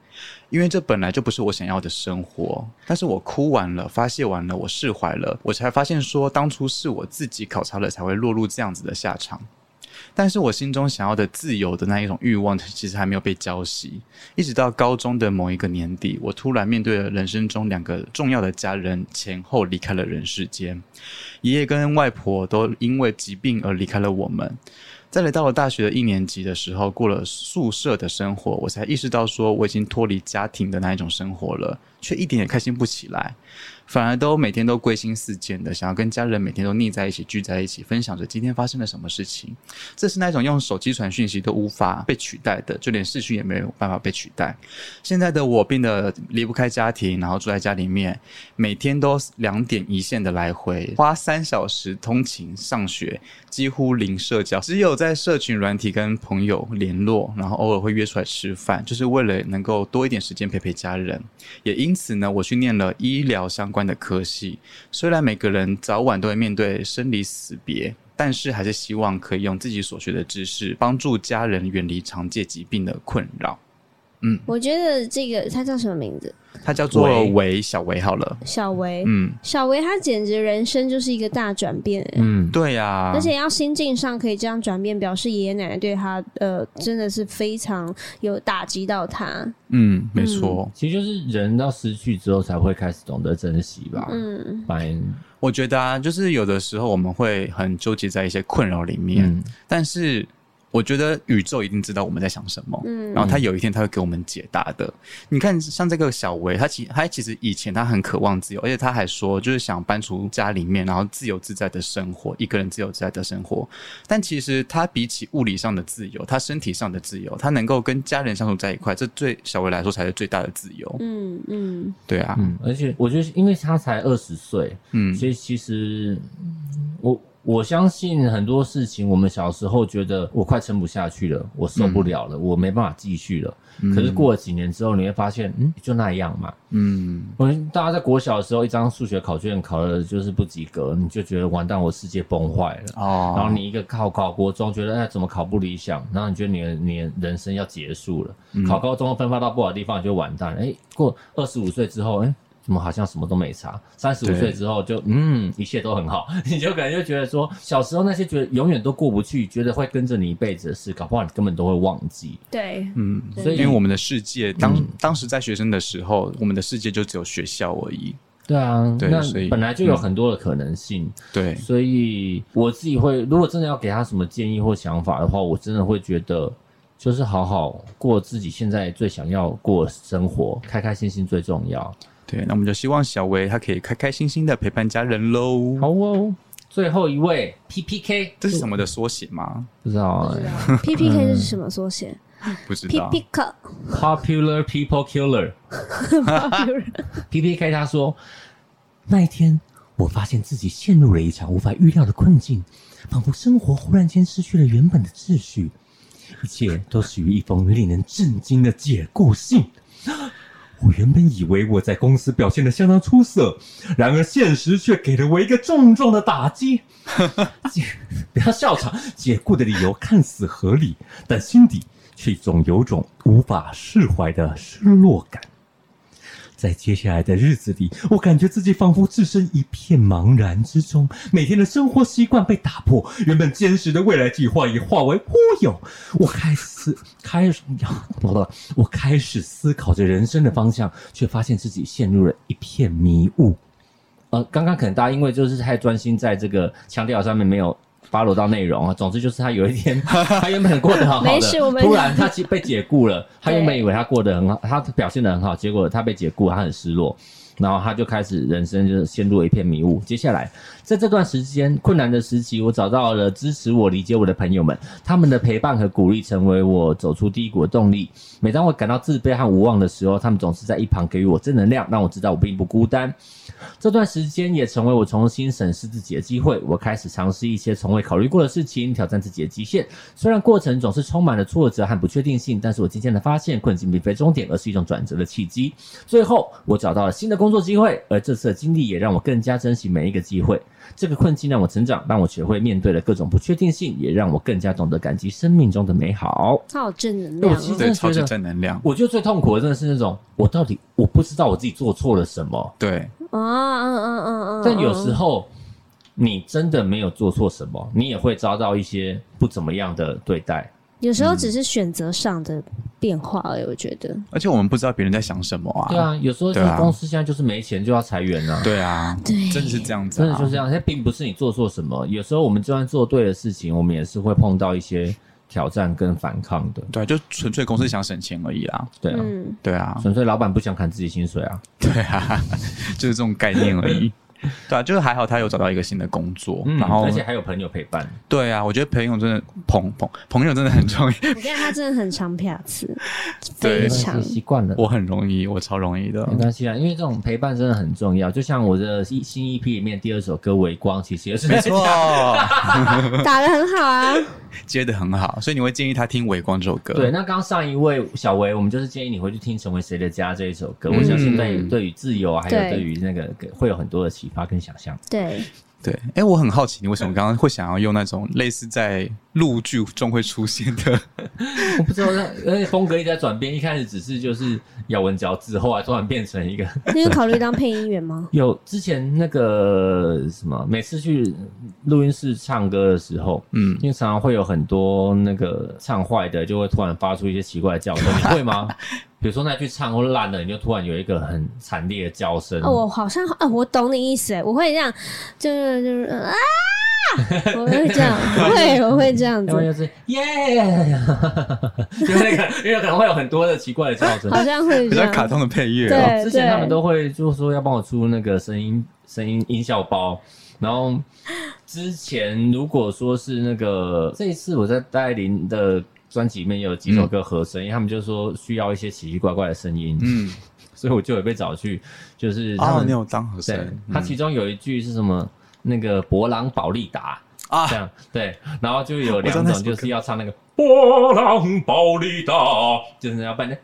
[SPEAKER 3] 因为这本来就不是我想要的生活。但是我哭完了，发泄完了，我释怀了，我才发现说，当初是我自己考察了，才会落入这样子的下场。但是我心中想要的自由的那一种欲望，其实还没有被浇熄。一直到高中的某一个年底，我突然面对了人生中两个重要的家人前后离开了人世间，爷爷跟外婆都因为疾病而离开了我们。再来到了大学的一年级的时候，过了宿舍的生活，我才意识到说我已经脱离家庭的那一种生活了，却一点也开心不起来，反而都每天都归心似箭的，想要跟家人每天都腻在一起，聚在一起，分享着今天发生了什么事情。这是那种用手机传讯息都无法被取代的，就连视讯也没有办法被取代。现在的我变得离不开家庭，然后住在家里面，每天都两点一线的来回，花三小时通勤上学，几乎零社交，只有在社群软体跟朋友联络，然后偶尔会约出来吃饭，就是为了能够多一点时间陪陪家人。也因此呢，我去念了医疗相关的科系，虽然每个人早晚都会面对生离死别。但是还是希望可以用自己所学的知识，帮助家人远离常见疾病的困扰。嗯，
[SPEAKER 2] 我觉得这个他叫什么名字？
[SPEAKER 3] 它叫做
[SPEAKER 1] 喂
[SPEAKER 3] 维小维好了。
[SPEAKER 2] 小维，
[SPEAKER 3] 嗯，
[SPEAKER 2] 小维他简直人生就是一个大转变、欸，
[SPEAKER 1] 嗯，
[SPEAKER 3] 对呀、
[SPEAKER 2] 而且要心境上可以这样转变，表示爷爷奶奶对他呃真的是非常有打击到他，
[SPEAKER 3] 嗯，没错，
[SPEAKER 1] 其实就是人到失去之后才会开始懂得珍惜吧。
[SPEAKER 2] 嗯，
[SPEAKER 1] 反
[SPEAKER 3] 我觉得啊，就是有的时候我们会很纠结在一些困扰里面，
[SPEAKER 1] 嗯
[SPEAKER 3] 但是我觉得宇宙一定知道我们在想什么，
[SPEAKER 2] 嗯
[SPEAKER 3] 然后他有一天他会给我们解答的。你看，像这个小维，他其他其实以前他很渴望自由，而且他还说就是想搬出家里面，然后自由自在的生活，一个人自由自在的生活。但其实他比起物理上的自由，他身体上的自由，他能够跟家人相处在一块，这对小维来说才是最大的自由。
[SPEAKER 2] 嗯嗯，
[SPEAKER 3] 对啊，
[SPEAKER 1] 嗯，而且我觉得，因为他才二十岁，
[SPEAKER 3] 嗯
[SPEAKER 1] 所以其实嗯我我相信很多事情，我们小时候觉得我快撑不下去了，我受不了了，我没办法继续了。可是过了几年之后，你会发现，嗯，就那样嘛。
[SPEAKER 3] 嗯。
[SPEAKER 1] 我们大家在国小的时候，一张数学考卷考的就是不及格，你就觉得完蛋，我世界崩坏了。
[SPEAKER 3] 哦，
[SPEAKER 1] 然后你一个考考国中，觉得哎怎么考不理想，然后你觉得你的你的人生要结束了，
[SPEAKER 3] 嗯
[SPEAKER 1] 考高中分发到不好的地方你就完蛋了。哎，过二十五岁之后，哎。怎么好像什么都没差？三十五
[SPEAKER 3] 对
[SPEAKER 1] 岁之后就嗯，一切都很好， [laughs] 你就可能就觉得说，小时候那些觉得永远都过不去，觉得会跟着你一辈子的事，搞不好你根本都会忘记。
[SPEAKER 2] 对，
[SPEAKER 3] 嗯，
[SPEAKER 2] 对
[SPEAKER 1] 所以
[SPEAKER 3] 因为我们的世界当、当时在学生的时候，我们的世界就只有学校而已。
[SPEAKER 1] 对啊，
[SPEAKER 3] 对
[SPEAKER 1] 那
[SPEAKER 3] 所以
[SPEAKER 1] 本来就有
[SPEAKER 3] 嗯
[SPEAKER 1] 很多的可能性，
[SPEAKER 3] 对，
[SPEAKER 1] 所以我自己会，如果真的要给他什么建议或想法的话，我真的会觉得，就是好好过自己现在最想要过的生活，开开心心最重要。
[SPEAKER 3] 对，那我们就希望小维他可以开开心心的陪伴家人喽。
[SPEAKER 1] 好哦，最后一位 P P K，
[SPEAKER 3] 这是什么的缩写吗？
[SPEAKER 1] 不知道
[SPEAKER 2] 不知
[SPEAKER 1] 哎、
[SPEAKER 2] 道 P P K 是什么缩写
[SPEAKER 1] 嗯
[SPEAKER 3] 不知
[SPEAKER 2] ？P
[SPEAKER 3] 道。
[SPEAKER 2] P
[SPEAKER 1] [laughs]
[SPEAKER 2] K，
[SPEAKER 1] p o p u l a r People Killer，P P K 他说，那一天我发现自己陷入了一场无法预料的困境，仿佛生活忽然间失去了原本的秩序，一切都始于一封令人震惊的解雇信。我原本以为我在公司表现得相当出色，然而现实却给了我一个重重的打击。解 [laughs] 不要笑场，解雇的理由看似合理，但心底却总有种无法释怀的失落感。在接下来的日子里，我感觉自己仿佛置身一片茫然之中，每天的生活习惯被打破，原本坚实的未来计划也化为乌有。我开始开始， [laughs] 我开始思考着人生的方向，却发现自己陷入了一片迷雾。呃，刚刚可能大家因为就是太专心在这个腔调上面没有。发落到内容啊，总之就是他有一天，他原本过得很好
[SPEAKER 2] 没
[SPEAKER 1] 的，
[SPEAKER 2] 事我们
[SPEAKER 1] 突然他其被解雇了，他
[SPEAKER 2] [laughs] 对
[SPEAKER 1] 原本以为他过得很好，他表现得很好，结果他被解雇，他很失落，然后他就开始人生就是陷入了一片迷雾。接下来，在这段时间困难的时期，我找到了支持我、理解我的朋友们，他们的陪伴和鼓励成为我走出低谷的动力。每当我感到自卑和无望的时候，他们总是在一旁给予我正能量，让我知道我并不孤单。这段时间也成为我重新审视自己的机会。我开始尝试一些从未考虑过的事情，挑战自己的极限。虽然过程总是充满了挫折和不确定性，但是我渐渐的发现，困境并非终点，而是一种转折的契机。最后，我找到了新的工作机会，而这次的经历也让我更加珍惜每一个机会。这个困境让我成长，让我学会面对了各种不确定性，也让我更加懂得感激生命中的美好。
[SPEAKER 2] 他好正能
[SPEAKER 1] 对
[SPEAKER 2] 量
[SPEAKER 1] 我其实
[SPEAKER 2] 哦，
[SPEAKER 1] 真
[SPEAKER 3] 对，
[SPEAKER 1] 的
[SPEAKER 3] 超
[SPEAKER 1] 觉
[SPEAKER 3] 级
[SPEAKER 1] 得
[SPEAKER 3] 正能量。
[SPEAKER 1] 我觉得最痛苦的真的是那种，我到底我不知道我自己做错了什么，
[SPEAKER 3] 对，
[SPEAKER 2] 啊，嗯嗯嗯嗯，
[SPEAKER 1] 但有时
[SPEAKER 2] 候
[SPEAKER 1] 候你真的没有做错什么，你也会遭到一些不怎么样的对待。
[SPEAKER 2] 有时候只是选择上的变化而已，我觉得。
[SPEAKER 3] 而且我们不知道别人在想什么啊。
[SPEAKER 1] 对啊，有时候这
[SPEAKER 3] 对
[SPEAKER 1] 个
[SPEAKER 3] 啊
[SPEAKER 1] 公司现在就是没钱就要裁员啊。
[SPEAKER 3] 对啊，
[SPEAKER 2] 对
[SPEAKER 3] 真的是这样子、啊，
[SPEAKER 1] 真的就这样，它并不是你做错什么，有时候我们就算做对的事情，我们也是会碰到一些挑战跟反抗的。
[SPEAKER 3] 对啊，就纯粹公司想省钱而已啦。
[SPEAKER 1] 对啊，
[SPEAKER 2] 嗯，
[SPEAKER 3] 对啊，
[SPEAKER 1] 纯粹老板不想砍自己薪水啊。
[SPEAKER 3] 对啊，就是这种概念
[SPEAKER 1] [laughs]
[SPEAKER 3] 而已。对啊，就是还好他有找到一个新的工作，
[SPEAKER 1] 嗯，
[SPEAKER 3] 然后
[SPEAKER 1] 而且还有朋友陪伴。
[SPEAKER 3] 对啊，我觉得朋友真的朋朋朋友真的很重要，
[SPEAKER 2] 我看他真的很常啪词，非
[SPEAKER 3] 对
[SPEAKER 1] 没
[SPEAKER 2] 常
[SPEAKER 1] 关系习惯了，
[SPEAKER 3] [laughs] 我很容易，我超容易的
[SPEAKER 1] 没。关系啊，因为这种陪伴真的很重要。就像我的新新 EP 里面第二首歌《微光》，其实也是
[SPEAKER 3] 没错， [laughs]
[SPEAKER 2] 打的很
[SPEAKER 1] [laughs]
[SPEAKER 2] 好啊。
[SPEAKER 3] 接的很好，所以你会建议他听《微光》这首歌。
[SPEAKER 1] 对，那刚刚上一位小维，我们就是建议你回去听《成为谁的家》这一首歌，
[SPEAKER 3] 嗯
[SPEAKER 1] 我相信对于对于自由啊，还有
[SPEAKER 2] 对
[SPEAKER 1] 对于那个会有很多的启发跟想象。
[SPEAKER 2] 对，
[SPEAKER 3] 对，哎、我很好奇你为什么刚刚会想要用那种类似在录剧中会出现的，
[SPEAKER 1] 我不知道，那而且风格一直在转变，一开始只是就是咬文嚼字，后来突然变成一个？
[SPEAKER 2] 你有考虑当配音员
[SPEAKER 1] [laughs]
[SPEAKER 2] 吗
[SPEAKER 1] 有之前那个什么，每次去录音室唱歌的时候。
[SPEAKER 3] 嗯，
[SPEAKER 1] 因为常常会有很多那个唱坏的，就会突然发出一些奇怪的叫声，你会吗？比如说那句唱或烂了，你就突然有一个很惨烈的叫声。
[SPEAKER 2] 哦，我好像啊，我懂你意思哎，我会这样，就是就是啊，
[SPEAKER 1] [laughs]
[SPEAKER 2] 我会这样，会我会这样
[SPEAKER 1] 要不然
[SPEAKER 2] 子，
[SPEAKER 1] 就是耶， [laughs] 就是那个，因为可能会有很多的奇怪的叫 [laughs] 声。
[SPEAKER 2] 好像会
[SPEAKER 3] 比
[SPEAKER 2] 这
[SPEAKER 3] 较
[SPEAKER 2] 样。
[SPEAKER 3] 卡通的配乐、
[SPEAKER 2] 对
[SPEAKER 3] 哦。
[SPEAKER 1] 之前他们都会就是说要帮我出那个声音声音音效包，然后之前如果说是那个这一次我在戴琳的专辑里面有几首歌和声，因为他们就说需要一些奇奇怪怪的声音，
[SPEAKER 3] 嗯，
[SPEAKER 1] 所以我就有被找去，就是他
[SPEAKER 3] 哦，
[SPEAKER 1] 们、
[SPEAKER 3] 你有当和
[SPEAKER 1] 对、
[SPEAKER 3] 声，
[SPEAKER 1] 他
[SPEAKER 3] 嗯
[SPEAKER 1] 其中有一句是什么那个勃朗保利达。
[SPEAKER 3] 啊
[SPEAKER 1] 这样对，然后就有
[SPEAKER 3] 我知道
[SPEAKER 1] 两
[SPEAKER 3] 那首
[SPEAKER 1] 种，
[SPEAKER 3] 歌
[SPEAKER 1] 就是要唱那个波浪暴力大，就是要扮那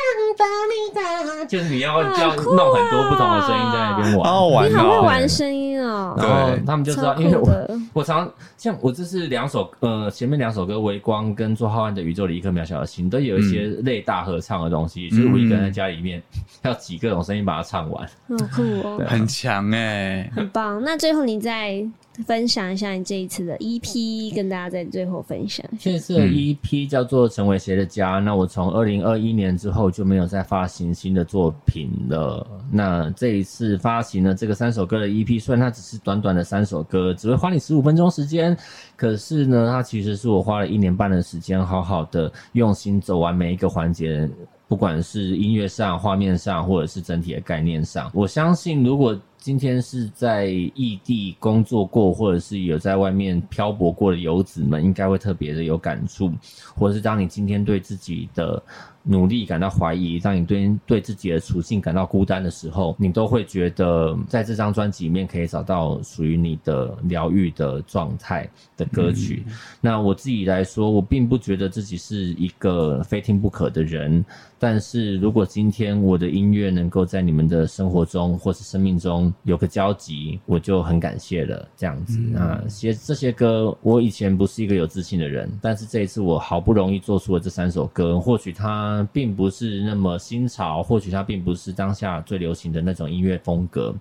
[SPEAKER 1] 波浪暴力大，就是你要
[SPEAKER 2] 好
[SPEAKER 1] 这样
[SPEAKER 2] 啊酷啊
[SPEAKER 1] 弄很多不同的声音在那边玩。
[SPEAKER 3] 好好玩、哦，
[SPEAKER 2] 你好会玩声音哦，
[SPEAKER 1] 然后
[SPEAKER 3] 对
[SPEAKER 1] 他们就知道，
[SPEAKER 2] 超
[SPEAKER 1] 因为
[SPEAKER 2] 酷
[SPEAKER 1] 我
[SPEAKER 2] 的。
[SPEAKER 1] 我常像我这是两首呃前面两首歌《微光》跟周浩安的《宇宙里一颗渺小的心》都有一些
[SPEAKER 3] 嗯
[SPEAKER 1] 类大合唱的东西，所以我一个人在家里面要挤各种声音把它唱完。
[SPEAKER 2] 很酷
[SPEAKER 3] [laughs]
[SPEAKER 2] 哦，
[SPEAKER 3] 很强哎、
[SPEAKER 2] 很棒。那最后你再分享一下你这一次的 EP，跟大家在最后分享。
[SPEAKER 1] 这次的 EP 叫做《成为谁的家》，那我从二零二一年之后就没有再发行新的作品了。那这一次发行了这个三首歌的 EP，虽然它只是短短的三首歌，只会花你十五分钟时间，可是呢，它其实是我花了一年半的时间，好好的用心走完每一个环节。不管是音乐上、画面上，或者是整体的概念上，我相信，如果今天是在异地工作过，或者是有在外面漂泊过的游子们，应该会特别的有感触。或者是当你今天对自己的努力感到怀疑，当你对对自己的处境感到孤单的时候，你都会觉得在这张专辑里面可以找到属于你的疗愈的状态的歌曲。那我自己来说，我并不觉得自己是一个非听不可的人，但是如果今天我的音乐能够在你们的生活中或是生命中有个交集，我就很感谢了。这样子，
[SPEAKER 3] 嗯
[SPEAKER 1] 那写这些歌，我以前不是一个有自信的人，但是这一次我好不容易做出了这三首歌，或许它并不是那么新潮，或许它并不是当下最流行的那种音乐风格，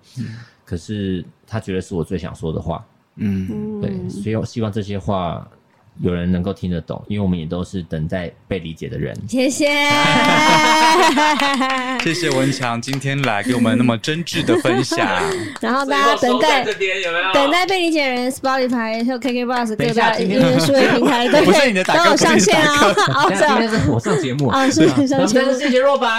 [SPEAKER 1] 可是它绝对是我最想说的话。
[SPEAKER 3] 嗯，
[SPEAKER 1] 对，
[SPEAKER 2] 嗯，
[SPEAKER 1] 所以我希望这些话有人能够听得懂，因为我们也都是等待被理解的人。
[SPEAKER 2] 谢
[SPEAKER 3] [laughs]
[SPEAKER 2] 谢。
[SPEAKER 3] 谢谢文强今天来给我们那么真挚的
[SPEAKER 2] [laughs]
[SPEAKER 3] 分享，
[SPEAKER 2] 然后大家等待
[SPEAKER 1] 边有没有
[SPEAKER 2] 等待被理解的人 Spotify 还有 KKBox
[SPEAKER 1] 等一
[SPEAKER 2] 各
[SPEAKER 1] 下
[SPEAKER 2] 大
[SPEAKER 1] 今
[SPEAKER 2] 音
[SPEAKER 1] 天
[SPEAKER 2] 乐数位平
[SPEAKER 3] [laughs]
[SPEAKER 2] 台都
[SPEAKER 3] 不是
[SPEAKER 2] 可以
[SPEAKER 3] 你的
[SPEAKER 2] 都
[SPEAKER 3] 打歌
[SPEAKER 2] 有
[SPEAKER 3] 不是你
[SPEAKER 2] 上
[SPEAKER 3] 的
[SPEAKER 2] 线
[SPEAKER 3] 打
[SPEAKER 2] 啊。好，
[SPEAKER 1] 等一下今
[SPEAKER 2] 走
[SPEAKER 1] 天
[SPEAKER 2] [laughs]
[SPEAKER 1] 是我上节目
[SPEAKER 2] 啊是
[SPEAKER 1] 对吧我
[SPEAKER 2] 上节目
[SPEAKER 1] 们真的谢谢若凡。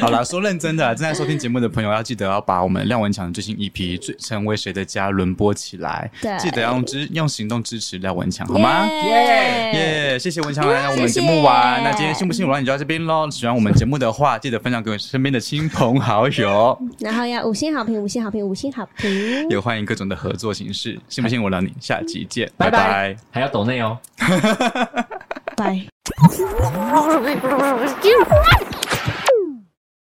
[SPEAKER 3] 好啦，说认真的，正在收听节目的朋友要记得要把我们廖文强的最新 EP《最成为谁的家》轮播起来，
[SPEAKER 2] 对
[SPEAKER 3] 记得要用支用行动支持廖文强，好吗？
[SPEAKER 2] 耶！
[SPEAKER 3] 耶谢谢文强来到我们
[SPEAKER 2] 谢谢
[SPEAKER 3] 节目玩。那今天幸不幸福你就到这边喽。喜欢我们节目的话，记得分享给身边的亲朋好友，
[SPEAKER 2] 然后要五星好评，五星好评，五星好评。
[SPEAKER 3] 也欢迎各种的合作形式。信不信我让你？下集见，
[SPEAKER 1] 拜
[SPEAKER 3] 拜
[SPEAKER 1] 拜。，还要抖内哦。
[SPEAKER 2] 拜。